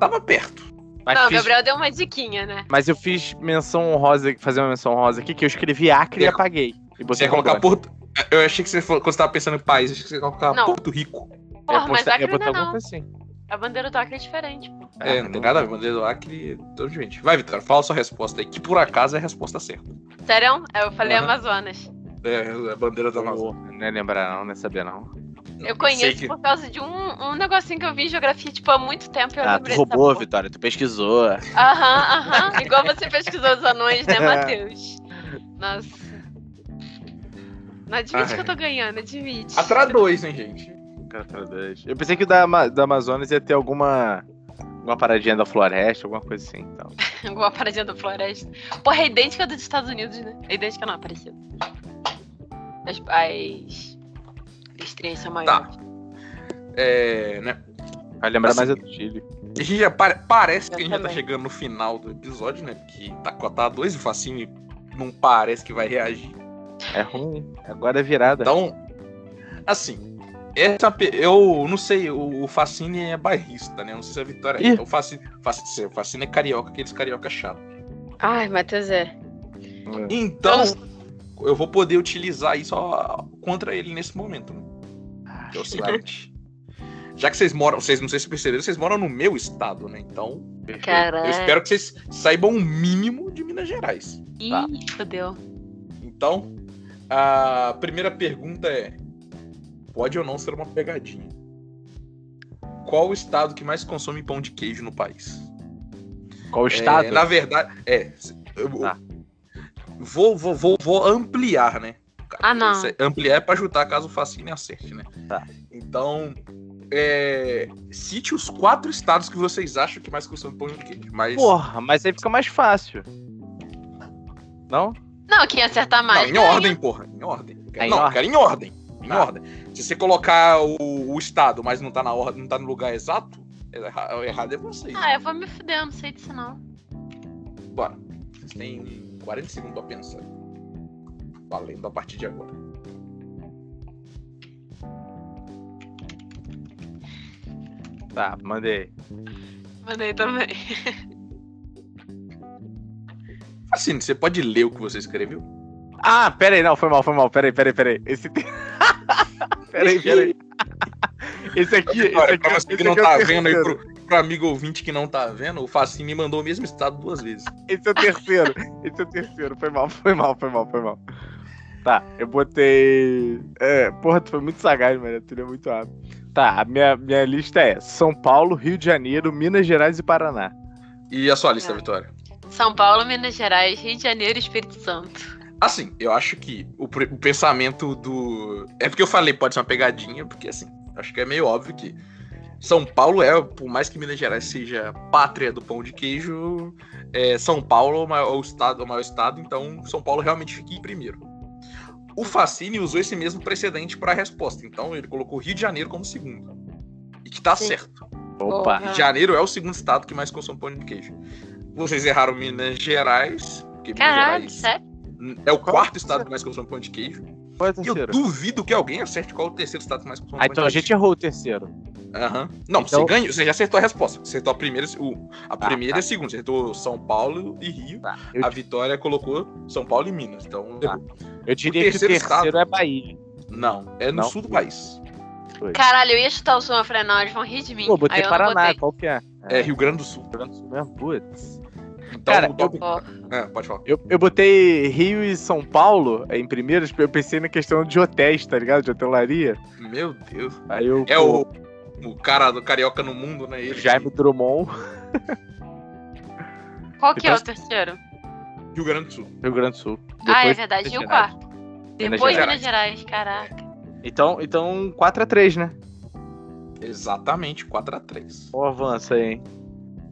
Speaker 1: Tava perto.
Speaker 2: Mas,
Speaker 3: não, o
Speaker 2: fiz-
Speaker 3: Gabriel deu uma diquinha, né?
Speaker 2: mas eu fiz menção honrosa, fazer uma menção honrosa aqui, que eu escrevi Acre e
Speaker 1: Você-
Speaker 2: apaguei. E
Speaker 1: Você
Speaker 2: botei
Speaker 1: ia colocar
Speaker 2: É. Rondônia.
Speaker 1: Porto. Eu achei que você, fo- quando você tava pensando em país, eu achei que você ia colocar
Speaker 3: Não.
Speaker 1: Porto Rico.
Speaker 2: Eu ia
Speaker 3: Porra, mas
Speaker 2: É postar-
Speaker 3: Acre
Speaker 2: ia botar
Speaker 3: ainda
Speaker 2: alguma
Speaker 3: não.
Speaker 2: coisa assim. Ah,
Speaker 3: A bandeira do Acre é diferente. pô.
Speaker 1: É, não tem nada a ver. Bandeira do Acre, todo gente. Vai, Vitória, fala sua resposta aí, que por acaso é a resposta certa.
Speaker 3: Sério? É, Eu falei
Speaker 2: Uhum.
Speaker 1: Aham.
Speaker 3: Amazonas.
Speaker 1: É, a bandeira da Amazônia.
Speaker 2: Pô, Não ia lembrar, não, não ia saber, não.
Speaker 3: Eu
Speaker 1: Sei
Speaker 3: conheço
Speaker 1: que-
Speaker 3: por causa de um, um negocinho que eu vi em geografia, tipo, há muito tempo. e Eu
Speaker 2: Ah, tu
Speaker 3: lembrei dessa
Speaker 2: roubou,
Speaker 3: porra.
Speaker 2: Vitória, tu pesquisou.
Speaker 3: Aham, aham. Igual você pesquisou os anões,
Speaker 2: *laughs* É.
Speaker 3: né, Matheus? Nossa. Não admite
Speaker 1: Ai.
Speaker 2: Ah,
Speaker 3: que eu tô
Speaker 2: é.
Speaker 3: ganhando, admite.
Speaker 1: Atra 2, hein, gente?
Speaker 2: Eu pensei que o da, Ama- da Amazonas ia ter alguma. Alguma paradinha da floresta, alguma coisa assim. Então.
Speaker 3: *laughs* Igual a paradinha da floresta. Porra, é idêntica à dos Estados Unidos, né? É idêntica não, é parecida. As, as listrinhas são
Speaker 2: Tá.
Speaker 3: maiores.
Speaker 1: É, né?
Speaker 2: Vai lembrar
Speaker 1: Assim-
Speaker 2: mais é do Chile.
Speaker 1: A gente já pare- Parece que a gente já tá
Speaker 3: Também.
Speaker 1: chegando no final do episódio, né? Porque tá cotado 2 e o Facine não parece que vai reagir.
Speaker 2: É ruim. Agora é virada.
Speaker 1: Então, assim, essa, pe- eu não sei, o, o Facine é bairrista, né? Eu não sei se a Vitória é.
Speaker 2: Ih.
Speaker 1: Então, o Facine, Facine, o Facine é carioca, aqueles carioca chato.
Speaker 3: Ai, Matheus, é.
Speaker 1: Então, eu vou poder utilizar isso ó, contra ele nesse momento. né? Que é o seguinte. Já que vocês moram, vocês não sei se perceberam, vocês moram no meu estado, né? Então,
Speaker 3: Caraca.
Speaker 1: Eu espero que vocês saibam o mínimo de Minas Gerais.
Speaker 2: Tá.
Speaker 3: Ih, fodeu.
Speaker 1: Então, a primeira pergunta é: pode ou não ser uma pegadinha? Qual o estado que mais consome pão de queijo no país?
Speaker 2: Qual o
Speaker 1: É,
Speaker 2: estado?
Speaker 1: na verdade, é. eu- eu-
Speaker 2: Tá.
Speaker 1: vou, vou, vou, vou ampliar, né?
Speaker 3: Ah, não.
Speaker 1: Isso é- ampliar é pra ajudar caso o Facine acerte, né?
Speaker 2: Tá.
Speaker 1: Então, é, cite os quatro estados que vocês acham que mais consomem pão de queijo. Mas
Speaker 2: Porra, mas aí fica mais fácil. Não?
Speaker 3: Não, quem acertar
Speaker 1: Não,
Speaker 3: mais.
Speaker 1: em
Speaker 3: ganha.
Speaker 1: ordem, porra. Em ordem. Eu quero-
Speaker 2: em
Speaker 1: não, eu
Speaker 2: ordem?
Speaker 1: quero em ordem. Em
Speaker 2: Tá.
Speaker 1: ordem. Se você colocar o, o estado, mas não tá na ordem, não tá no lugar exato, é erra- o errado é vocês.
Speaker 3: Ah, eu vou me fuder, eu não sei disso não.
Speaker 2: é.
Speaker 1: Bora. Vocês têm 40 segundos a pensar. Valendo a partir de agora.
Speaker 2: Tá, mandei.
Speaker 3: Mandei também.
Speaker 1: Assim, você pode ler o que você escreveu?
Speaker 2: Ah, pera aí, não, foi mal, foi mal. Pera aí, pera aí, pera aí. Esse... *laughs* pera aí, pera aí. Esse aqui, esse
Speaker 1: Olha,
Speaker 2: aqui, é
Speaker 1: pra
Speaker 2: esse
Speaker 1: você que
Speaker 2: aqui
Speaker 1: não
Speaker 2: eu
Speaker 1: tá
Speaker 2: tenho
Speaker 1: vendo aí,
Speaker 2: certeza.
Speaker 1: pro, pro amigo ouvinte que não tá vendo, o Facinho me mandou o mesmo estado duas vezes.
Speaker 2: Esse é o terceiro. Esse é o terceiro. Foi mal, foi mal, foi mal, foi mal. Tá, eu botei. É, porra, tu foi muito sagaz, mano. Tu leu muito rápido. Tá, a minha, minha lista é São Paulo, Rio de Janeiro, Minas Gerais e Paraná.
Speaker 1: E a sua lista,
Speaker 2: Ah.
Speaker 3: Não.
Speaker 1: Vitória?
Speaker 3: São Paulo, Minas Gerais, Rio de Janeiro e Espírito Santo.
Speaker 1: Assim, eu acho que o, pre- o pensamento do. É porque eu falei, pode ser uma pegadinha, porque assim, acho que é meio óbvio que São Paulo é, por mais que Minas Gerais seja pátria do pão de queijo, é, São Paulo é o maior estado, é o maior estado, então São Paulo realmente fica em primeiro. O Facine usou esse mesmo precedente para a resposta, então ele colocou Rio de Janeiro como segundo. E que tá
Speaker 3: Sim.
Speaker 1: certo.
Speaker 2: Opa!
Speaker 3: Porra.
Speaker 1: Janeiro é o segundo estado que mais consome pão de queijo. Vocês erraram Minas Gerais. Porque
Speaker 3: Caralho,
Speaker 1: Minas Gerais
Speaker 3: sério?
Speaker 1: é o quarto
Speaker 2: Qual?
Speaker 1: estado que mais consome pão de queijo.
Speaker 2: Qual é o
Speaker 1: E eu
Speaker 2: terceiro?
Speaker 1: duvido que alguém acerte qual é o terceiro estado que mais consome
Speaker 2: Ah,
Speaker 1: pão
Speaker 2: então a
Speaker 1: de
Speaker 2: gente
Speaker 1: queijo.
Speaker 2: errou o terceiro.
Speaker 1: Aham. Não,
Speaker 2: Então-
Speaker 1: você ganhou, você já acertou a resposta. Você acertou a primeira, o- a
Speaker 2: Tá,
Speaker 1: primeira
Speaker 2: tá.
Speaker 1: e a segunda. Você acertou São Paulo e Rio.
Speaker 2: Tá. Eu,
Speaker 1: A Vitória colocou São Paulo e Minas. Então,
Speaker 2: Tá. eu diria
Speaker 1: o
Speaker 2: que o
Speaker 1: terceiro
Speaker 2: terceiro
Speaker 1: estado.
Speaker 2: é Bahia.
Speaker 1: não. É no
Speaker 2: Não.
Speaker 1: sul do país.
Speaker 2: Foi.
Speaker 3: Caralho, eu ia chutar o Sul, eu falei, não, eles vão rir de mim.
Speaker 2: Pô, botei
Speaker 3: Aí eu
Speaker 2: Paraná,
Speaker 3: não botei.
Speaker 2: qual que é?
Speaker 1: É Rio Grande do Sul.
Speaker 2: Grande do Sul mesmo? Putz.
Speaker 1: Então,
Speaker 2: Cara,
Speaker 1: o top...
Speaker 3: Ó,
Speaker 1: É, pode falar.
Speaker 2: Eu, eu botei Rio e São Paulo é, em primeiros, porque eu pensei na questão de hotéis, tá ligado? De hotelaria.
Speaker 1: Meu Deus.
Speaker 2: Aí eu.
Speaker 1: É o, o cara do Carioca no mundo, né? Ele
Speaker 2: Jaime Drummond,
Speaker 3: qual que é
Speaker 2: Então-
Speaker 3: o terceiro?
Speaker 1: Rio Grande do Sul.
Speaker 2: Rio Grande do Sul.
Speaker 3: ah, é
Speaker 2: Depois
Speaker 3: verdade,
Speaker 2: Minas
Speaker 3: e o
Speaker 2: Gerais.
Speaker 3: quarto? Depois
Speaker 1: Gerais.
Speaker 3: Minas Gerais, caraca.
Speaker 2: Então, então 4x3, né?
Speaker 1: Exatamente, 4x3.
Speaker 2: Ó, o avanço aí, hein?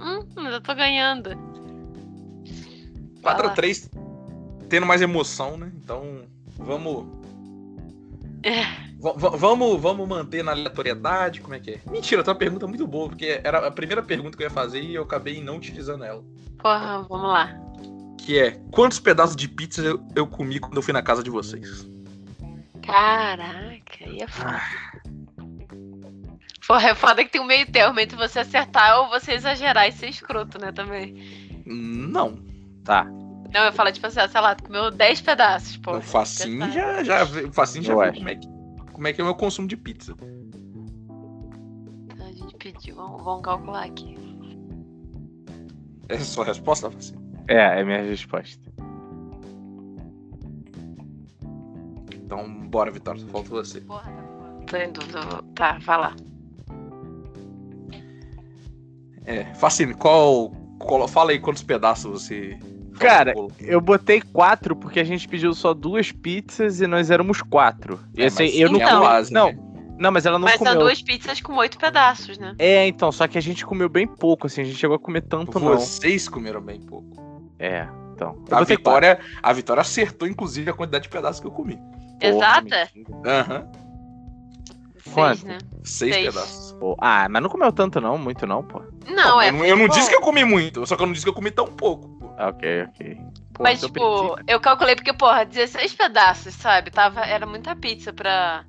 Speaker 3: Hum, mas eu tô ganhando.
Speaker 1: 4x3 tendo mais emoção, né? Então, vamos.
Speaker 3: É.
Speaker 1: Va- va- Vamos, vamos manter na aleatoriedade, como é que é? Mentira, tem uma pergunta muito boa, porque era a primeira pergunta que eu ia fazer e eu acabei não utilizando ela.
Speaker 3: Porra, vamos lá.
Speaker 1: Que é, quantos pedaços de pizza eu, eu comi quando eu fui na casa de vocês?
Speaker 3: Caraca, aí é foda. Porra, é foda que tem um meio termo entre você acertar ou você exagerar e ser escroto, né, também.
Speaker 1: Não,
Speaker 2: Tá.
Speaker 3: Não, eu falo, tipo assim, ah, sei lá, tu comeu 10 pedaços, pô.
Speaker 1: o Facinho
Speaker 3: pesado.
Speaker 1: já, já, vê- o Facinho já
Speaker 2: Eu
Speaker 1: viu
Speaker 2: acho.
Speaker 1: como é, que, como é que é o meu consumo de pizza.
Speaker 3: Então, A gente pediu, vamos, vamos calcular aqui.
Speaker 1: Essa é a sua resposta, Facinho?
Speaker 2: É, é minha resposta.
Speaker 1: Então, bora, Vitória, só falta você.
Speaker 3: Porra, tá tô em dúvida. eu vou- Tá, vai lá.
Speaker 1: É, Facine, qual, qual- Fala aí quantos pedaços você.
Speaker 2: Cara,
Speaker 1: falou que colocou.
Speaker 2: Eu botei quatro porque a gente pediu só duas pizzas e nós éramos quatro. E
Speaker 1: É,
Speaker 2: assim,
Speaker 1: mas
Speaker 2: eu não
Speaker 1: é
Speaker 3: Então-
Speaker 2: comi-
Speaker 1: quase,
Speaker 2: Não,
Speaker 1: né?
Speaker 2: não, mas ela não
Speaker 3: Mas
Speaker 2: comeu.
Speaker 3: são duas pizzas com oito pedaços, né?
Speaker 2: É, então, só que a gente comeu bem pouco, assim, a gente chegou a comer tanto
Speaker 1: Vocês comeram bem pouco.
Speaker 2: não. É, então. Eu
Speaker 1: A
Speaker 2: botei
Speaker 1: Vitória, a Vitória acertou, inclusive, a quantidade de pedaços que eu comi.
Speaker 2: quatro. Porra,
Speaker 3: Exata?
Speaker 2: mentira.
Speaker 1: Aham.
Speaker 3: Seis,
Speaker 2: Quanto?
Speaker 3: né?
Speaker 1: Seis,
Speaker 3: Seis.
Speaker 1: pedaços.
Speaker 2: Pô, Ah, mas não comeu tanto não, muito não, pô.
Speaker 3: Não, é.
Speaker 1: eu não, eu não
Speaker 3: pô,
Speaker 1: disse que eu comi muito, só que eu não disse que eu comi tão pouco. pô.
Speaker 2: Ah, Ok, ok. Pô,
Speaker 3: Mas,
Speaker 2: então eu
Speaker 3: tipo,
Speaker 2: perdi.
Speaker 3: eu calculei porque, porra, 16 pedaços, sabe? Tava, era muita pizza pra.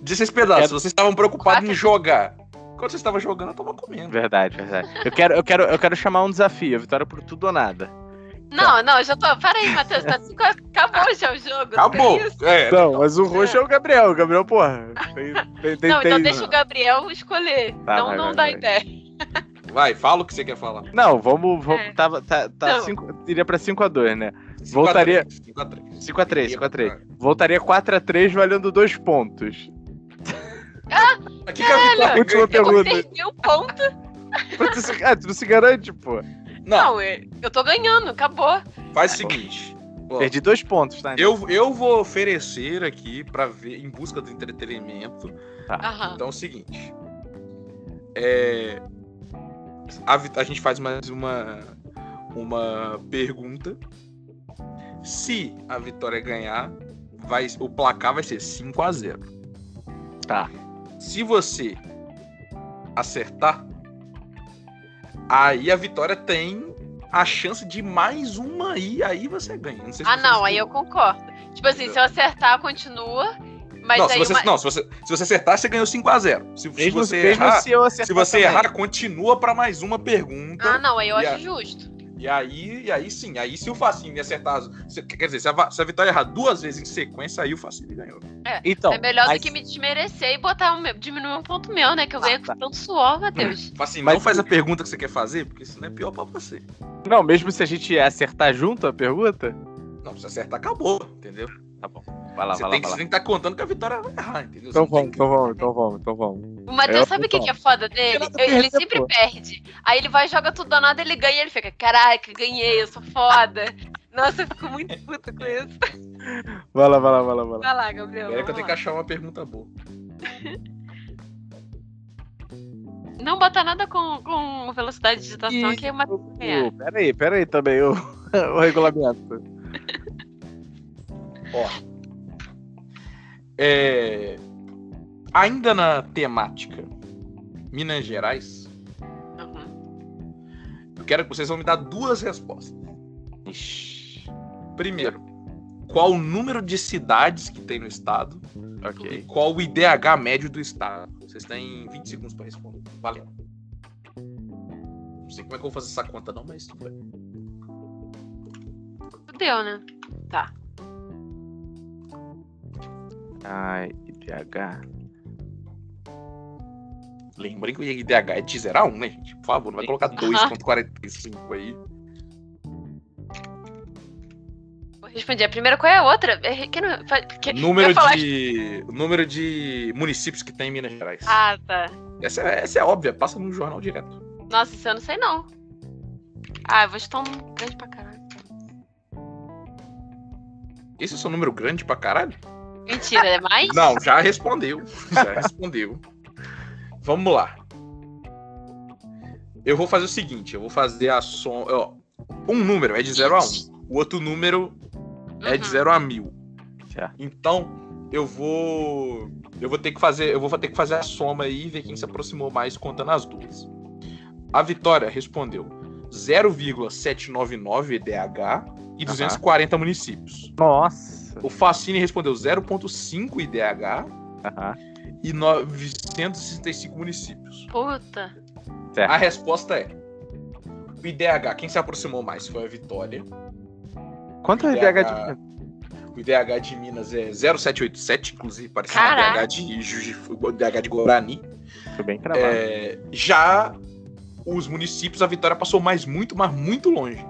Speaker 1: 16 pedaços,
Speaker 2: É.
Speaker 1: vocês estavam preocupados
Speaker 3: Quatro.
Speaker 1: em jogar. Quando vocês estavam jogando, eu tava comendo.
Speaker 2: Verdade, verdade. Eu quero, eu quero, eu quero chamar um desafio, a vitória por tudo ou nada. Tá.
Speaker 3: Não, não, eu já tô. Pera aí, Matheus, tá cinco... *laughs* acabou já o jogo. não tem
Speaker 1: Acabou.
Speaker 3: isso?
Speaker 1: É,
Speaker 2: Não, mas o roxo é o Gabriel. O Gabriel, porra. Tem, tem, tem,
Speaker 3: *laughs* Não, então
Speaker 2: tem-
Speaker 3: deixa o Gabriel escolher.
Speaker 2: né? Tá,
Speaker 3: não
Speaker 2: vai,
Speaker 3: não
Speaker 2: vai,
Speaker 3: dá
Speaker 2: vai.
Speaker 3: ideia.
Speaker 1: Vai, fala o que você quer falar.
Speaker 2: Não, vamos. vamos
Speaker 3: É.
Speaker 2: Tava, tá, tá
Speaker 3: Não.
Speaker 2: cinco, iria pra 5x2, né?
Speaker 1: Cinco
Speaker 2: Voltaria-
Speaker 1: a três, cinco a três.
Speaker 2: 5x3,
Speaker 1: Iria
Speaker 2: 5x3.
Speaker 1: pra-
Speaker 2: Voltaria 4x3 valendo dois
Speaker 3: *laughs*
Speaker 2: pontos.
Speaker 1: Aqui que a vitória
Speaker 2: Última
Speaker 1: ganha.
Speaker 3: Eu
Speaker 2: pergunta.
Speaker 3: perdi o ponto.
Speaker 2: Mas tu se- ah, tu não se garante, pô.
Speaker 1: Não,
Speaker 3: Não, eu eu tô ganhando, acabou.
Speaker 1: faz o seguinte. ó,
Speaker 2: Perdi dois pontos, tá?
Speaker 1: Eu, eu vou oferecer aqui pra ver em busca do entretenimento.
Speaker 3: Aham.
Speaker 1: Então é o seguinte. É, a, vi- a gente faz mais uma, uma pergunta. Se a vitória ganhar, vai, o placar vai ser 5 a 0
Speaker 2: Tá.
Speaker 1: Se você acertar, aí a vitória tem a chance de mais uma e aí você ganha. Não sei se
Speaker 3: Ah,
Speaker 1: você
Speaker 3: não, aí
Speaker 1: entendeu.
Speaker 3: eu concordo. Tipo assim, se eu acertar, continua. Mas
Speaker 1: Não, se
Speaker 3: aí
Speaker 1: você,
Speaker 3: uma-
Speaker 1: não, se você, se você acertar, você ganhou 5x0. Se, se
Speaker 2: Então, Mesmo,
Speaker 1: você
Speaker 2: mesmo
Speaker 1: errar,
Speaker 2: se eu acertar.
Speaker 1: se você
Speaker 2: também.
Speaker 1: errar, continua pra mais uma pergunta.
Speaker 3: Ah, não, aí eu
Speaker 1: Yeah.
Speaker 3: acho justo.
Speaker 1: E aí, e aí sim, aí se o Facinho acertar. as- se- Quer dizer, se a, va- se a Vitória errar duas vezes em sequência, aí o Facinho ganhou.
Speaker 2: Então,
Speaker 3: é melhor
Speaker 2: mas-
Speaker 3: do que me desmerecer e botar um meu, diminuir um ponto meu, né? Que eu
Speaker 2: Ah,
Speaker 3: ganhei
Speaker 2: tá.
Speaker 3: com tanto suor, Matheus.
Speaker 1: Facinho,
Speaker 2: Mas
Speaker 1: não faz
Speaker 2: o-
Speaker 1: a pergunta que você quer fazer, porque senão é pior pra você.
Speaker 2: Não, mesmo se a gente acertar junto a pergunta.
Speaker 1: Não, se acertar, acabou, entendeu?
Speaker 2: Tá bom. Vai lá,
Speaker 1: você, tem que,
Speaker 2: vai lá, vai
Speaker 1: você tem
Speaker 2: lá.
Speaker 1: que estar contando que a Vitória vai errar, entendeu?
Speaker 2: Então
Speaker 1: Você não
Speaker 2: vamos,
Speaker 1: tem
Speaker 2: então vamos, então vamos, então vamos.
Speaker 3: O Matheus
Speaker 2: É,
Speaker 3: sabe o que,
Speaker 2: então.
Speaker 3: que é foda dele?
Speaker 2: Não tem nada a
Speaker 3: Ele, ele
Speaker 2: perder,
Speaker 3: sempre
Speaker 2: pô.
Speaker 3: perde. Aí ele vai, joga tudo danado, ele ganha e ele fica, caraca, ganhei, eu sou foda.
Speaker 2: *laughs*
Speaker 3: Nossa, eu fico muito puta com isso.
Speaker 2: Vai lá, vai lá, vai lá, vai lá.
Speaker 3: Vai lá,
Speaker 1: que-
Speaker 3: Gabriel.
Speaker 1: Pera é que eu
Speaker 3: Então vamos
Speaker 1: tenho que
Speaker 3: lá.
Speaker 1: achar uma pergunta boa.
Speaker 3: Não bota nada com, com velocidade de digitação,
Speaker 2: Ih,
Speaker 3: que é uma.
Speaker 1: Uhum.
Speaker 2: Peraí, peraí, peraí também, o, *laughs* o regulamento.
Speaker 1: É, Ainda na temática Minas Gerais,
Speaker 3: Uhum.
Speaker 1: eu quero que vocês vão me dar duas respostas. Primeiro, qual o número de cidades que tem no estado? E
Speaker 2: Ok.
Speaker 1: qual o IDH médio do estado? Vocês têm 20 segundos pra responder. Valeu. Não sei como é que eu vou fazer essa conta, não, mas tudo bem.
Speaker 3: Fudeu, né?
Speaker 2: Ai, IPH.
Speaker 1: Lembrem que o IDH é de 0 a 1, né, gente? Por favor, não vai colocar 2,45 aí.
Speaker 3: Vou responder a primeira, qual é a outra? É, Que não, fa- que- eu
Speaker 1: Número
Speaker 3: ia falar-
Speaker 1: de, número de municípios que tem em Minas Gerais.
Speaker 3: Ah, tá.
Speaker 1: Essa, é- essa é óbvia, passa no jornal direto.
Speaker 3: Nossa, isso eu não sei não. Ah, eu vou chutar um grande pra caralho.
Speaker 1: Esse é o seu número grande pra caralho?
Speaker 3: Mentira,
Speaker 1: *laughs*
Speaker 3: é mais?
Speaker 1: Não, já respondeu.
Speaker 2: *laughs*
Speaker 1: Já respondeu. Vamos lá. Eu vou fazer o seguinte, eu vou fazer a som. Ó, um número é de 0 a 1. Um, o outro número é de
Speaker 3: Uhum.
Speaker 1: 0 a 1000.
Speaker 2: Tá.
Speaker 1: Então, eu vou. Eu vou ter que fazer. Eu vou ter que fazer a soma aí e ver quem se aproximou mais contando as duas. A Vitória respondeu 0,799 EDH e
Speaker 2: Aham.
Speaker 1: 240 municípios.
Speaker 2: Nossa.
Speaker 1: O Facine respondeu 0,5 IDH
Speaker 2: Aham.
Speaker 1: e 965 municípios.
Speaker 3: Puta.
Speaker 1: A resposta é: o IDH, quem se aproximou mais foi a Vitória.
Speaker 2: Quanto é o IPH de.
Speaker 1: O IDH de Minas é 0787, inclusive, parece é
Speaker 3: Caraca.
Speaker 1: o IDH de, Juiz de Fo- o IDH de Guarani.
Speaker 2: Tô bem travado.
Speaker 1: É, já os municípios, a Vitória passou mais muito, mas muito longe.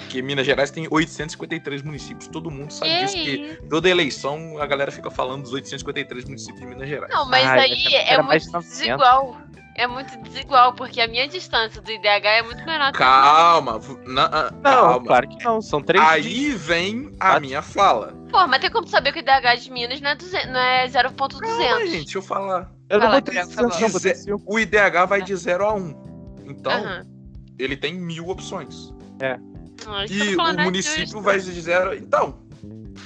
Speaker 1: Porque Minas Gerais tem 853 municípios, todo mundo sabe
Speaker 3: Que
Speaker 1: disso. Que
Speaker 3: isso?
Speaker 1: toda eleição a galera fica falando dos 853 municípios de Minas Gerais.
Speaker 3: Não, mas
Speaker 2: Ai,
Speaker 3: aí
Speaker 2: era-
Speaker 3: é
Speaker 2: era mais
Speaker 3: muito
Speaker 2: 900.
Speaker 3: desigual. É muito desigual, porque a minha distância do IDH é muito menor. que
Speaker 1: Calma, v- na- ah,
Speaker 2: Não,
Speaker 1: calma.
Speaker 2: claro que não. São três.
Speaker 1: Aí vem a
Speaker 2: Quatro.
Speaker 1: minha fala.
Speaker 3: a minha. Pô, mas tem como saber que o IDH de Minas não é, 200, não
Speaker 1: Calma,
Speaker 3: é 0.200.
Speaker 1: gente, deixa eu falar.
Speaker 2: Eu não
Speaker 3: Fala,
Speaker 2: botei
Speaker 3: Gabriel,
Speaker 2: cinco,
Speaker 3: fala.
Speaker 2: não, botei cinco.
Speaker 1: O IDH vai de 0 a 1. Um. Então,
Speaker 3: É. Aham.
Speaker 1: ele tem mil opções.
Speaker 3: Ah, isso que eu
Speaker 1: E
Speaker 3: tô falando,
Speaker 1: o
Speaker 3: não é
Speaker 1: município
Speaker 3: justo.
Speaker 1: vai de 0. Então,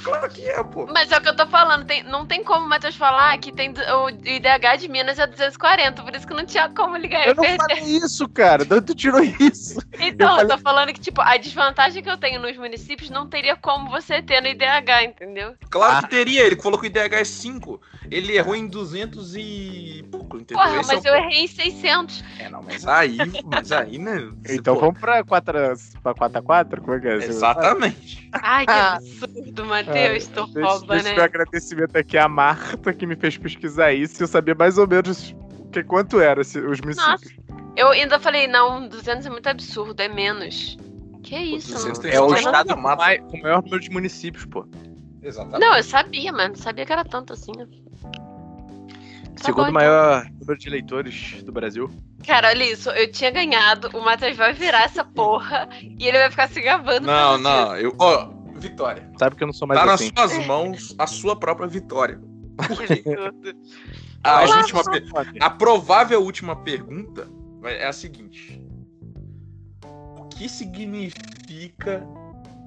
Speaker 1: claro que é, pô.
Speaker 3: Mas é o que eu tô falando, tem- não tem como o Matheus falar que tem, du- o IDH de Minas é 240, por isso que não tinha como ligar.
Speaker 2: *laughs* Eu não
Speaker 3: perdi.
Speaker 2: falei isso, cara. De onde tu tirou isso?
Speaker 3: Então,
Speaker 2: Eu
Speaker 3: eu, tô falando que, tipo, a desvantagem que eu tenho nos municípios não teria como você ter no IDH, entendeu?
Speaker 1: Claro
Speaker 2: Ah.
Speaker 1: que teria. Ele falou que o IDH é 5. Ele errou em 200 e pouco,
Speaker 2: Então,
Speaker 1: entendeu? Esse
Speaker 3: Porra,
Speaker 1: é o
Speaker 3: mas eu
Speaker 1: ponto.
Speaker 3: errei em 600.
Speaker 1: É, não, mas aí, mas aí,
Speaker 2: *laughs*
Speaker 1: né? você,
Speaker 2: Então
Speaker 1: pô,
Speaker 2: vamos pra 4x4? Pra 4x4? Como é que é?
Speaker 1: Exatamente.
Speaker 3: Ai,
Speaker 2: *laughs*
Speaker 3: que
Speaker 2: Ah,
Speaker 3: absurdo, Matheus, tu
Speaker 2: Deixa,
Speaker 3: rouba,
Speaker 2: deixa meu
Speaker 3: né?
Speaker 2: agradecimento aqui à Marta, que me fez pesquisar isso e eu sabia mais ou menos o que, quanto era se- os municípios.
Speaker 3: Eu ainda falei, não, 200 é muito absurdo, é menos. Que isso,
Speaker 1: 200
Speaker 3: mano?
Speaker 1: tem
Speaker 2: É o
Speaker 1: Não,
Speaker 2: estado
Speaker 1: não,
Speaker 2: com
Speaker 1: mata.
Speaker 2: mai- com o maior número de municípios, pô.
Speaker 1: Tá Exatamente.
Speaker 3: Não, eu sabia, mano. Sabia que era tanto assim. ó. Tá
Speaker 2: Segundo
Speaker 3: bom,
Speaker 2: maior número de eleitores do Brasil.
Speaker 3: então. Cara, olha isso. Eu tinha ganhado, o Matheus vai virar essa porra e ele vai ficar se gabando.
Speaker 1: Não,
Speaker 3: por causa
Speaker 1: não, eu. Ó, Vitória.
Speaker 2: Sabe que eu não sou mais
Speaker 1: tá
Speaker 2: assim.
Speaker 1: nas suas mãos a sua própria vitória. Por quê?
Speaker 3: disso.
Speaker 1: Ah, A,
Speaker 3: Mas-
Speaker 1: última per- a provável última pergunta vai- é a seguinte: O que significa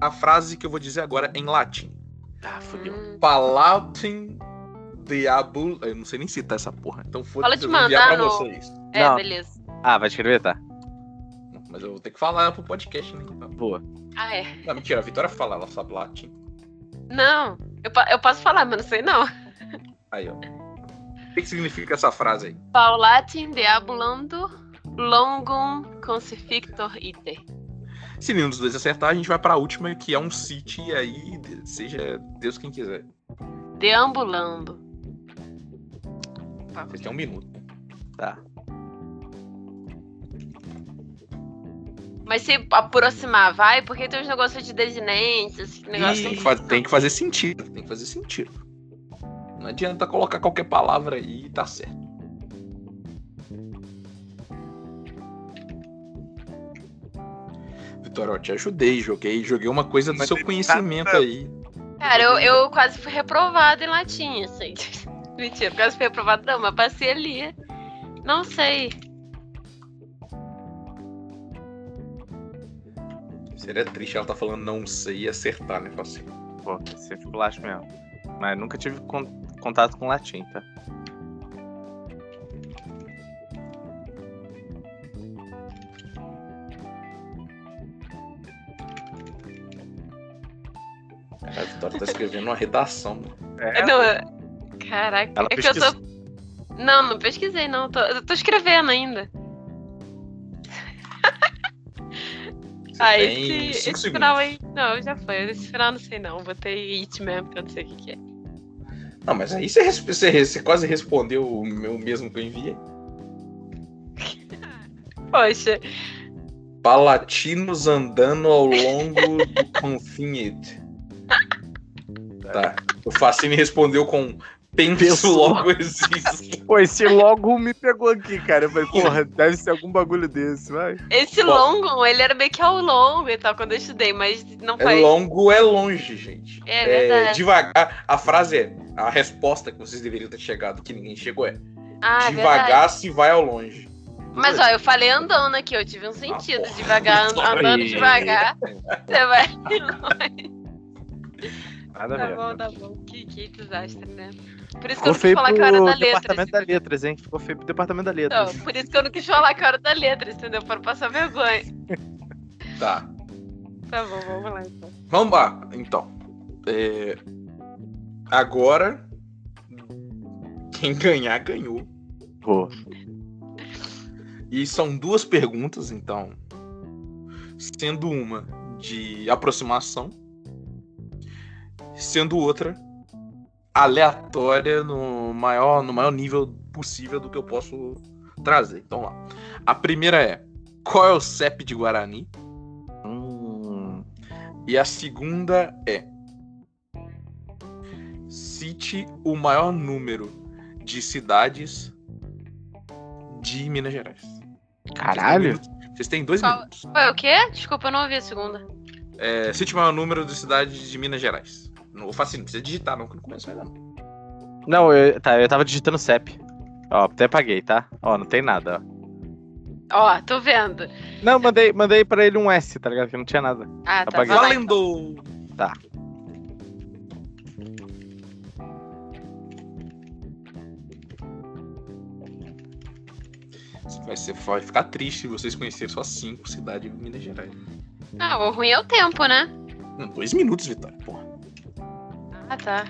Speaker 1: a frase que eu vou dizer agora em latim?
Speaker 2: Ah, fodeu.
Speaker 3: Hum,
Speaker 1: Palatin diabul. Eu não sei nem citar essa porra. Então
Speaker 3: Fala
Speaker 1: foda-se,
Speaker 3: de
Speaker 1: eu vou enviar pra
Speaker 3: mandar no-
Speaker 1: vocês.
Speaker 3: é,
Speaker 2: Não.
Speaker 3: beleza.
Speaker 2: Ah, vai escrever, tá?
Speaker 1: Não, Mas eu vou ter que falar pro podcast, né? Então.
Speaker 2: Boa.
Speaker 3: Ah, é.
Speaker 1: Não, mentira, a Vitória fala, ela sabe latim.
Speaker 3: Não, eu, pa- eu posso falar, mas não sei não.
Speaker 1: Aí, ó. O que que significa essa frase aí?
Speaker 3: Paulatin deabulando longum crucifictor iter.
Speaker 1: Se nenhum dos dois acertar, a gente vai pra última, que é um City, e aí de- seja Deus quem quiser.
Speaker 3: Deambulando.
Speaker 1: Vocês têm um minuto.
Speaker 2: Tá.
Speaker 3: Mas se aproximar, vai, porque tem uns negócios de desinentes, esse negócio
Speaker 1: tem,
Speaker 3: tem
Speaker 1: que faz- tem que fazer sentido. Tem que fazer sentido. Não adianta colocar qualquer palavra aí e tá certo. Vitória, eu te ajudei, joguei, joguei uma coisa do
Speaker 2: Mas
Speaker 1: seu
Speaker 2: ele tá-
Speaker 1: conhecimento aí.
Speaker 3: Cara, eu, eu quase fui reprovada em latim, assim. *laughs* Mentira, quase fui reprovada não, mas passei ali. Não sei.
Speaker 1: Seria triste ela tá falando não sei e acertar, né? Fala Assim,
Speaker 2: Pô, você ficou laxo mesmo. Mas nunca tive con- contato com latim, tá?
Speaker 1: cara, a Vitória tá escrevendo uma redação. né?
Speaker 2: É.
Speaker 3: Não, eu- Caraca,
Speaker 2: Ela
Speaker 3: é que eu tô. Não, não pesquisei, não. Tô, eu tô escrevendo ainda.
Speaker 1: Você
Speaker 3: Ah,
Speaker 1: tem cinco
Speaker 3: esse, esse
Speaker 1: segundos.
Speaker 3: final aí. Não, já foi. Esse final eu não sei não. Botei it mesmo, que eu não sei o que, que é.
Speaker 1: Não, mas aí você, res- você res- você quase respondeu o meu mesmo que eu enviei.
Speaker 3: Poxa,
Speaker 1: Palatinos andando ao longo do
Speaker 3: *laughs*
Speaker 1: confinite. Tá. O Facine respondeu com penso
Speaker 2: Penso.
Speaker 1: logo existo.
Speaker 2: Pô, esse logo me pegou aqui, cara. Eu falei, porra, deve ser algum bagulho desse, vai.
Speaker 3: esse
Speaker 1: Bom.
Speaker 3: longo, ele era meio que ao longo e tal, quando eu estudei, mas não
Speaker 1: É
Speaker 3: *laughs* foi.
Speaker 1: longo é longe, gente.
Speaker 3: É verdade.
Speaker 1: devagar. A frase é a resposta que vocês deveriam ter chegado que ninguém chegou é
Speaker 3: ah, é
Speaker 1: devagar
Speaker 3: verdade.
Speaker 1: se vai ao longe.
Speaker 3: Mas ó, eu falei andando aqui, eu
Speaker 1: Ah,
Speaker 3: tive um sentido.
Speaker 1: porra. *laughs*
Speaker 3: devagar, an- andando
Speaker 2: Ih.
Speaker 3: devagar. Você vai.
Speaker 2: Nada
Speaker 3: Tá
Speaker 2: a ver.
Speaker 3: bom, tá bom. Que, que desastre, né? Por isso que
Speaker 2: Ficou
Speaker 3: eu não quis
Speaker 2: feio
Speaker 3: falar
Speaker 2: pro
Speaker 3: que eu era da letra.
Speaker 2: departamento da letras, hein? Ficou feio pro departamento da letras.
Speaker 3: Então, por isso que eu não quis falar que eu era da letra, entendeu? Para passar vergonha.
Speaker 1: Tá.
Speaker 3: Tá bom, vamos lá então.
Speaker 1: Vamos lá, então. É, Agora, quem ganhar, ganhou.
Speaker 2: Pô,
Speaker 1: E são duas perguntas, então. Sendo uma de aproximação, sendo outra aleatória no maior, no maior nível possível do que eu posso trazer. Então lá. A primeira é: qual é o CEP de Guarani?
Speaker 2: hum,
Speaker 1: E a segunda é: cite o maior número de cidades de Minas Gerais.
Speaker 2: caralho.
Speaker 1: Vocês têm dois
Speaker 3: Qual-
Speaker 1: minutos.
Speaker 3: Foi o quê? Desculpa, eu não ouvi a segunda.
Speaker 1: É, cite o maior número de cidades de Minas Gerais. Não, eu faço, não precisa digitar, não, que não começa ainda. não.
Speaker 2: Não, eu, tá, eu tava digitando CEP. Ó, até paguei, tá? Ó, não tem nada, ó.
Speaker 3: Ó, tô vendo.
Speaker 2: Não, mandei, mandei pra ele um S, tá ligado? Que não tinha nada.
Speaker 3: Ah, tá.
Speaker 2: Apaguei.
Speaker 3: Vai lá, então.
Speaker 1: Valendo! Vai, ser, vai ficar triste se vocês conhecerem só cinco cidades de Minas Gerais.
Speaker 3: Ah, o ruim é o tempo, né?
Speaker 1: Não, dois minutos, Vitória, porra.
Speaker 3: Ah, tá.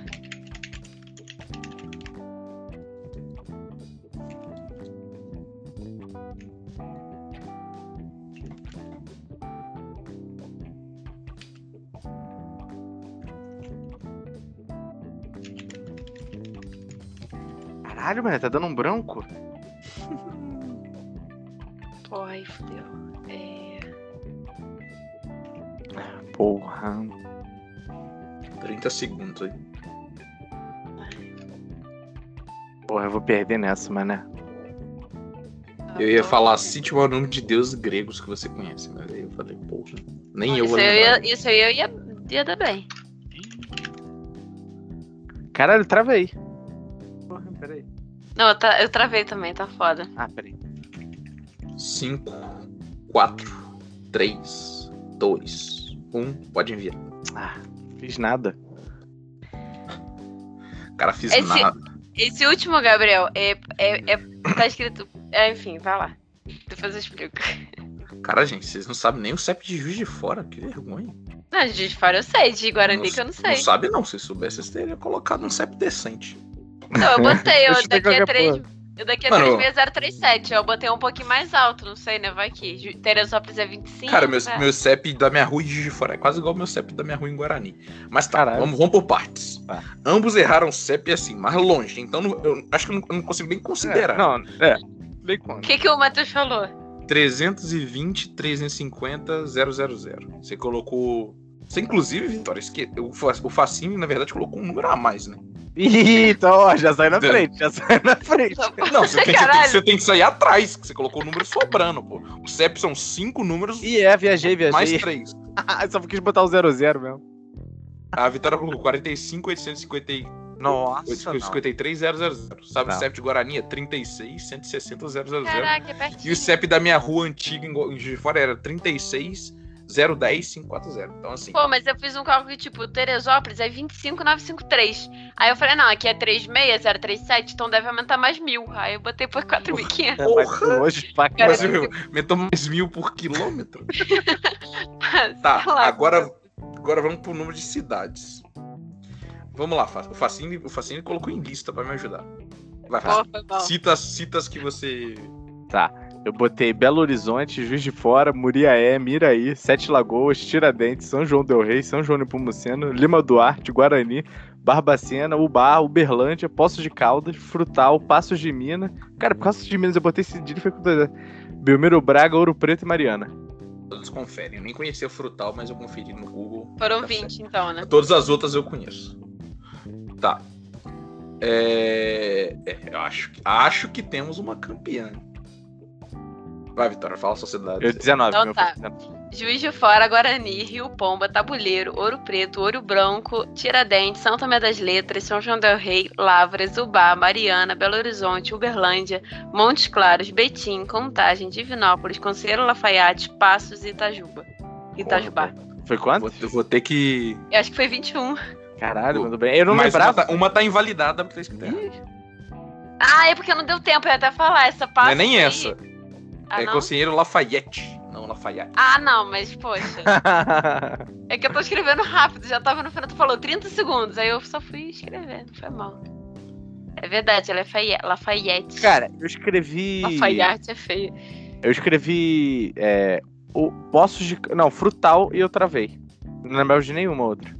Speaker 2: Caralho, mano, tá dando um branco?
Speaker 3: Porra, aí fudeu. É,
Speaker 2: Porra.
Speaker 1: 30 segundos aí.
Speaker 2: Porra, eu vou perder nessa, né? mané.
Speaker 1: Eu ia
Speaker 3: tô-
Speaker 1: falar, cite o nome de deuses gregos que você conhece, mas aí eu falei, porra, nem eu
Speaker 3: isso
Speaker 1: vou
Speaker 3: aí
Speaker 1: lembrar.
Speaker 3: ia- Isso aí eu ia, ia dar bem.
Speaker 2: Caralho, travei. Porra, peraí.
Speaker 3: Não, eu, tra- eu travei também, tá foda.
Speaker 2: Ah, peraí.
Speaker 1: 5, 4, 3, 2, 1, pode enviar.
Speaker 2: Ah, fiz nada.
Speaker 1: Cara, fiz
Speaker 3: Esse-
Speaker 1: nada.
Speaker 3: Esse último, Gabriel, é, é, é- tá escrito. é, enfim, vai lá. Depois eu explico.
Speaker 1: Cara, gente, vocês não sabem nem o CEP de Juiz de Fora, que vergonha.
Speaker 3: Não, de fora eu sei, de Guarani que eu não sei.
Speaker 1: Não sabe não, se soubesse, vocês teriam colocado um CEP decente.
Speaker 3: Não, eu
Speaker 2: *laughs*
Speaker 3: botei,
Speaker 2: Deixa
Speaker 3: eu
Speaker 2: eu ver
Speaker 3: daqui a
Speaker 2: qualquer
Speaker 3: três. Eu daqui a
Speaker 1: Mano,
Speaker 3: 36037, eu botei um pouquinho mais alto, não sei, né? Vai que Ju- Teresópolis é 25.
Speaker 1: Cara, meu,
Speaker 3: né?
Speaker 1: meu CEP da minha rua em Juiz de Fora é quase igual ao meu CEP da minha rua em Guarani. Mas tá,
Speaker 2: Caralho.
Speaker 1: vamos, vamos por partes.
Speaker 2: Tá.
Speaker 1: Ambos erraram o CEP assim, mais longe. Então não- eu acho que eu não, eu não consigo nem considerar.
Speaker 2: É, não, é. Bem
Speaker 3: O
Speaker 2: quando.
Speaker 3: que, que o Matheus falou?
Speaker 1: 320, 350, 000. Você colocou. Você, inclusive, Vitória, esque... o fa- o Facine, na verdade, colocou um número a mais, né?
Speaker 2: Ih, então, ó, já sai na frente, já sai na frente.
Speaker 1: *laughs* Não, você tem, que- você tem que,
Speaker 3: *laughs* Caralho.
Speaker 1: você tem que sair atrás, que você colocou o número sobrando, pô. O CEP são cinco números
Speaker 2: Ih, é, viajei, viajei.
Speaker 1: mais três.
Speaker 2: *laughs* Só quis botar o 00 mesmo.
Speaker 1: A Vitória colocou 45, 850,
Speaker 2: Nossa, não.
Speaker 1: 853, 000. Sabe
Speaker 2: Tá.
Speaker 1: o CEP de Guarani é 36, 160, 000.
Speaker 3: Caraca, é pertinho.
Speaker 1: né? E o CEP da minha rua antiga em Go- em Juiz de Fora era 36, 010, 540. Então, assim.
Speaker 3: Pô, mas eu fiz um cálculo que, tipo, Teresópolis é 25953. Aí eu falei, não, aqui é 36037, então deve aumentar mais mil. Aí eu botei por 4500.
Speaker 2: É, mas
Speaker 1: Porra!
Speaker 2: longe pra
Speaker 3: Cara,
Speaker 1: Mas
Speaker 2: caralho.
Speaker 1: eu meto mais mil por quilômetro.
Speaker 3: Sei *laughs*
Speaker 1: Tá,
Speaker 3: lá.
Speaker 1: agora, agora vamos pro número de cidades. Vamos lá, Fa- o Facine, o Facine colocou em lista pra me ajudar. Vai,
Speaker 3: Pô,
Speaker 1: Facine.
Speaker 3: foi bom.
Speaker 1: Cita, as- cita as que você.
Speaker 2: Eu botei Belo Horizonte, Juiz de Fora, Muriaé, Miraí, Sete Lagoas, Tiradentes, São João del Rei, São João de Pomoceno, Lima Duarte, Guarani, Barbacena, Ubar, Uberlândia, Poços de Caldas, Frutal, Passos de Minas. Cara, Passos de Minas eu botei esse dia foi com dois. Belmiro Braga, Ouro Preto e Mariana.
Speaker 1: Todos conferem. Eu nem conhecia Frutal, mas eu conferi no Google.
Speaker 3: Foram
Speaker 1: Tá
Speaker 3: 20, então, né?
Speaker 1: Todas as outras eu conheço. Tá. É. é, eu acho, que- acho que temos uma campeã. Vai, Vitória, fala a sociedade.
Speaker 2: Eu 19,
Speaker 3: Então
Speaker 2: meu
Speaker 3: tá.
Speaker 2: foi 19.
Speaker 3: Juiz de Fora, Guarani, Rio Pomba, Tabuleiro, Ouro Preto, Ouro Branco, Tiradentes, São Tomé das Letras, São João del Rei, Lavras, Ubá, Mariana, Belo Horizonte, Uberlândia, Montes Claros, Betim, Contagem, Divinópolis, Conselheiro Lafaiate, Passos e Itajuba. Itajubá.
Speaker 2: Foi quanto?
Speaker 1: Vou, eu vou ter que.
Speaker 3: Eu acho que foi 21.
Speaker 2: Caralho, mandou bem. Eu não é
Speaker 1: Mas uma *laughs*
Speaker 2: lembrava.
Speaker 1: tá, uma tá invalidada por ter escrito errado.
Speaker 3: Ah, é porque não deu tempo, eu ia até falar. Essa
Speaker 1: Não
Speaker 3: passa.
Speaker 1: é nem
Speaker 3: aí-
Speaker 1: essa.
Speaker 3: Ah,
Speaker 1: é
Speaker 3: não?
Speaker 1: Conselheiro Lafayette. Não, Lafayette.
Speaker 3: Ah, não, mas poxa. É que eu tô escrevendo rápido, já tava no final, tu falou 30 segundos, aí eu só fui escrevendo, foi mal. É verdade, ela é Faye- Lafayette.
Speaker 2: Cara, eu escrevi.
Speaker 3: Lafayette é feia.
Speaker 2: Eu escrevi é, o Poços de. Não, Frutal e eu travei. Não lembrava de nenhuma outra.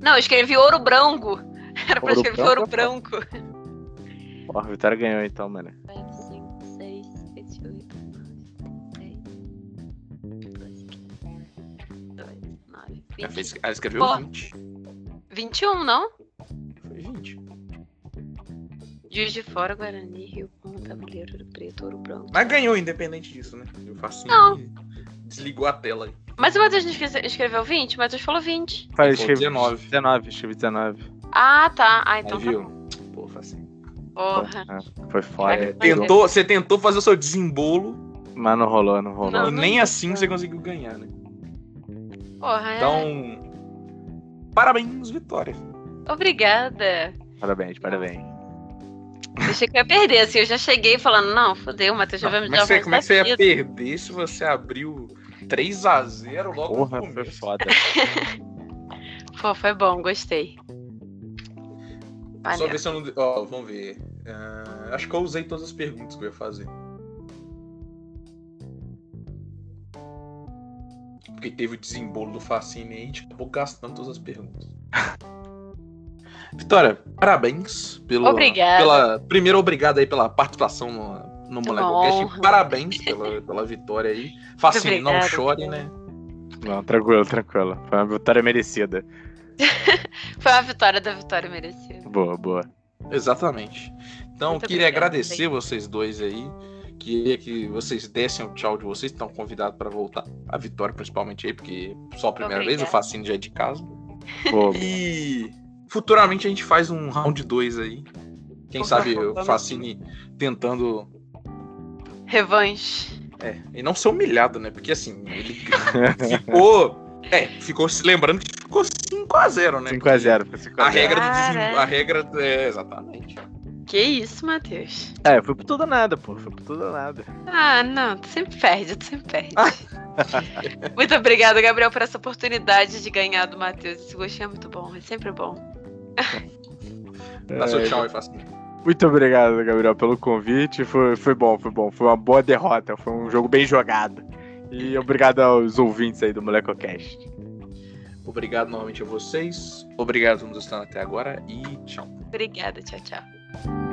Speaker 3: Não, eu escrevi ouro branco. *laughs* Era pra
Speaker 2: Ouro
Speaker 3: escrever
Speaker 2: branco
Speaker 3: ouro
Speaker 2: é foda.
Speaker 3: branco.
Speaker 2: Ó, a Vitória ganhou então, mano.
Speaker 3: 5, 6, 7, 8, 9, 10, 12, 9,
Speaker 1: Ela, fez,
Speaker 3: 20.
Speaker 1: ela Ah, escreveu
Speaker 3: Pô.
Speaker 1: 20.
Speaker 3: 21, não?
Speaker 1: Foi 20.
Speaker 3: Juiz de Fora, Guarani, Rio Pão, Tabuleiro, Ouro Preto, Ouro Branco.
Speaker 1: Mas ganhou, independente disso, né? Eu faço
Speaker 3: Não.
Speaker 1: Desligou a tela aí.
Speaker 3: Mas o Matheus não esquece- escreveu 20? O Matheus falou 20.
Speaker 2: Falei,
Speaker 1: Pô,
Speaker 2: escrevi
Speaker 1: 19.
Speaker 2: 19, escrevi 19.
Speaker 3: Ah, tá. Ah, então
Speaker 1: Aí,
Speaker 3: tá.
Speaker 1: viu? Pô, Facinho.
Speaker 3: Porra.
Speaker 2: Ah, Foi foda.
Speaker 3: É.
Speaker 1: Tentou, você tentou fazer o seu desembolo
Speaker 2: Mas não rolou, não rolou.
Speaker 3: Não,
Speaker 1: e nem assim você conseguiu ganhar, né?
Speaker 3: Porra, é.
Speaker 1: Então. Parabéns, Vitória.
Speaker 3: Obrigada.
Speaker 2: Parabéns, parabéns.
Speaker 3: Eu achei que eu ia perder, assim. Eu já cheguei falando, não, fodeu, o Matheus já vai me
Speaker 1: como é que
Speaker 3: dar
Speaker 1: você, como é que você ia
Speaker 3: vida.
Speaker 1: perder se você abriu 3x0 logo
Speaker 2: Porra,
Speaker 1: no
Speaker 2: foi
Speaker 1: começo?
Speaker 2: foda.
Speaker 3: Pô, foi bom, gostei.
Speaker 1: Só
Speaker 3: Valeu.
Speaker 1: ver se eu não. Ó, vamos ver. Ah, acho que eu usei todas as perguntas que eu ia fazer. Porque teve o desembolo do Facine aí, a gente acabou gastando todas as perguntas. *laughs* Vitória, parabéns pelo,
Speaker 3: Obrigada.
Speaker 1: pela. Primeiro, obrigado aí pela participação no no
Speaker 3: Muito
Speaker 1: Moleque
Speaker 3: bom.
Speaker 1: Cast. Parabéns pela, pela vitória aí. Facinho, não
Speaker 3: obrigada.
Speaker 1: chore, né?
Speaker 2: Não, tranquilo, tranquilo. Foi uma vitória merecida.
Speaker 3: Foi uma vitória da vitória merecida.
Speaker 2: Boa, boa.
Speaker 1: Exatamente. Então,
Speaker 3: Muito
Speaker 1: queria
Speaker 3: obrigada,
Speaker 1: agradecer vocês dois aí. Queria que vocês dessem o tchau de vocês, estão convidados para voltar. A Vitória, principalmente aí, porque só a primeira vez,
Speaker 3: Obrigada.
Speaker 1: o Facinho já é de casa. *laughs*
Speaker 2: Boa, boa.
Speaker 1: E futuramente a gente faz um round 2 aí. Quem
Speaker 3: Por
Speaker 1: sabe
Speaker 3: favor,
Speaker 1: o Facine tentando.
Speaker 3: Revanche.
Speaker 1: É, e não ser humilhado, né? Porque assim, ele ficou. *laughs* É, ficou se lembrando que ficou 5x0, né?
Speaker 2: 5x0, foi 5x0.
Speaker 1: A regra do
Speaker 3: Caraca.
Speaker 1: desem... A regra. É, exatamente.
Speaker 3: Que isso, Matheus?
Speaker 2: É, foi por tudo ou nada, pô. Foi por tudo ou nada.
Speaker 3: Ah, não, tu sempre perde, tu sempre
Speaker 1: *laughs*
Speaker 3: perde. muito obrigada, Gabriel, por essa oportunidade de ganhar do Matheus. Esse gostinho é muito bom, é sempre bom.
Speaker 1: Dá seu tchau aí, Facine.
Speaker 2: Muito obrigado, Gabriel, pelo convite. Foi, foi bom, foi bom. Foi uma boa derrota. Foi um jogo bem jogado. E obrigado aos ouvintes aí do MolecoCast.
Speaker 1: Obrigado novamente a vocês. Obrigado a todos que estão até agora e tchau.
Speaker 3: Obrigada, tchau, tchau.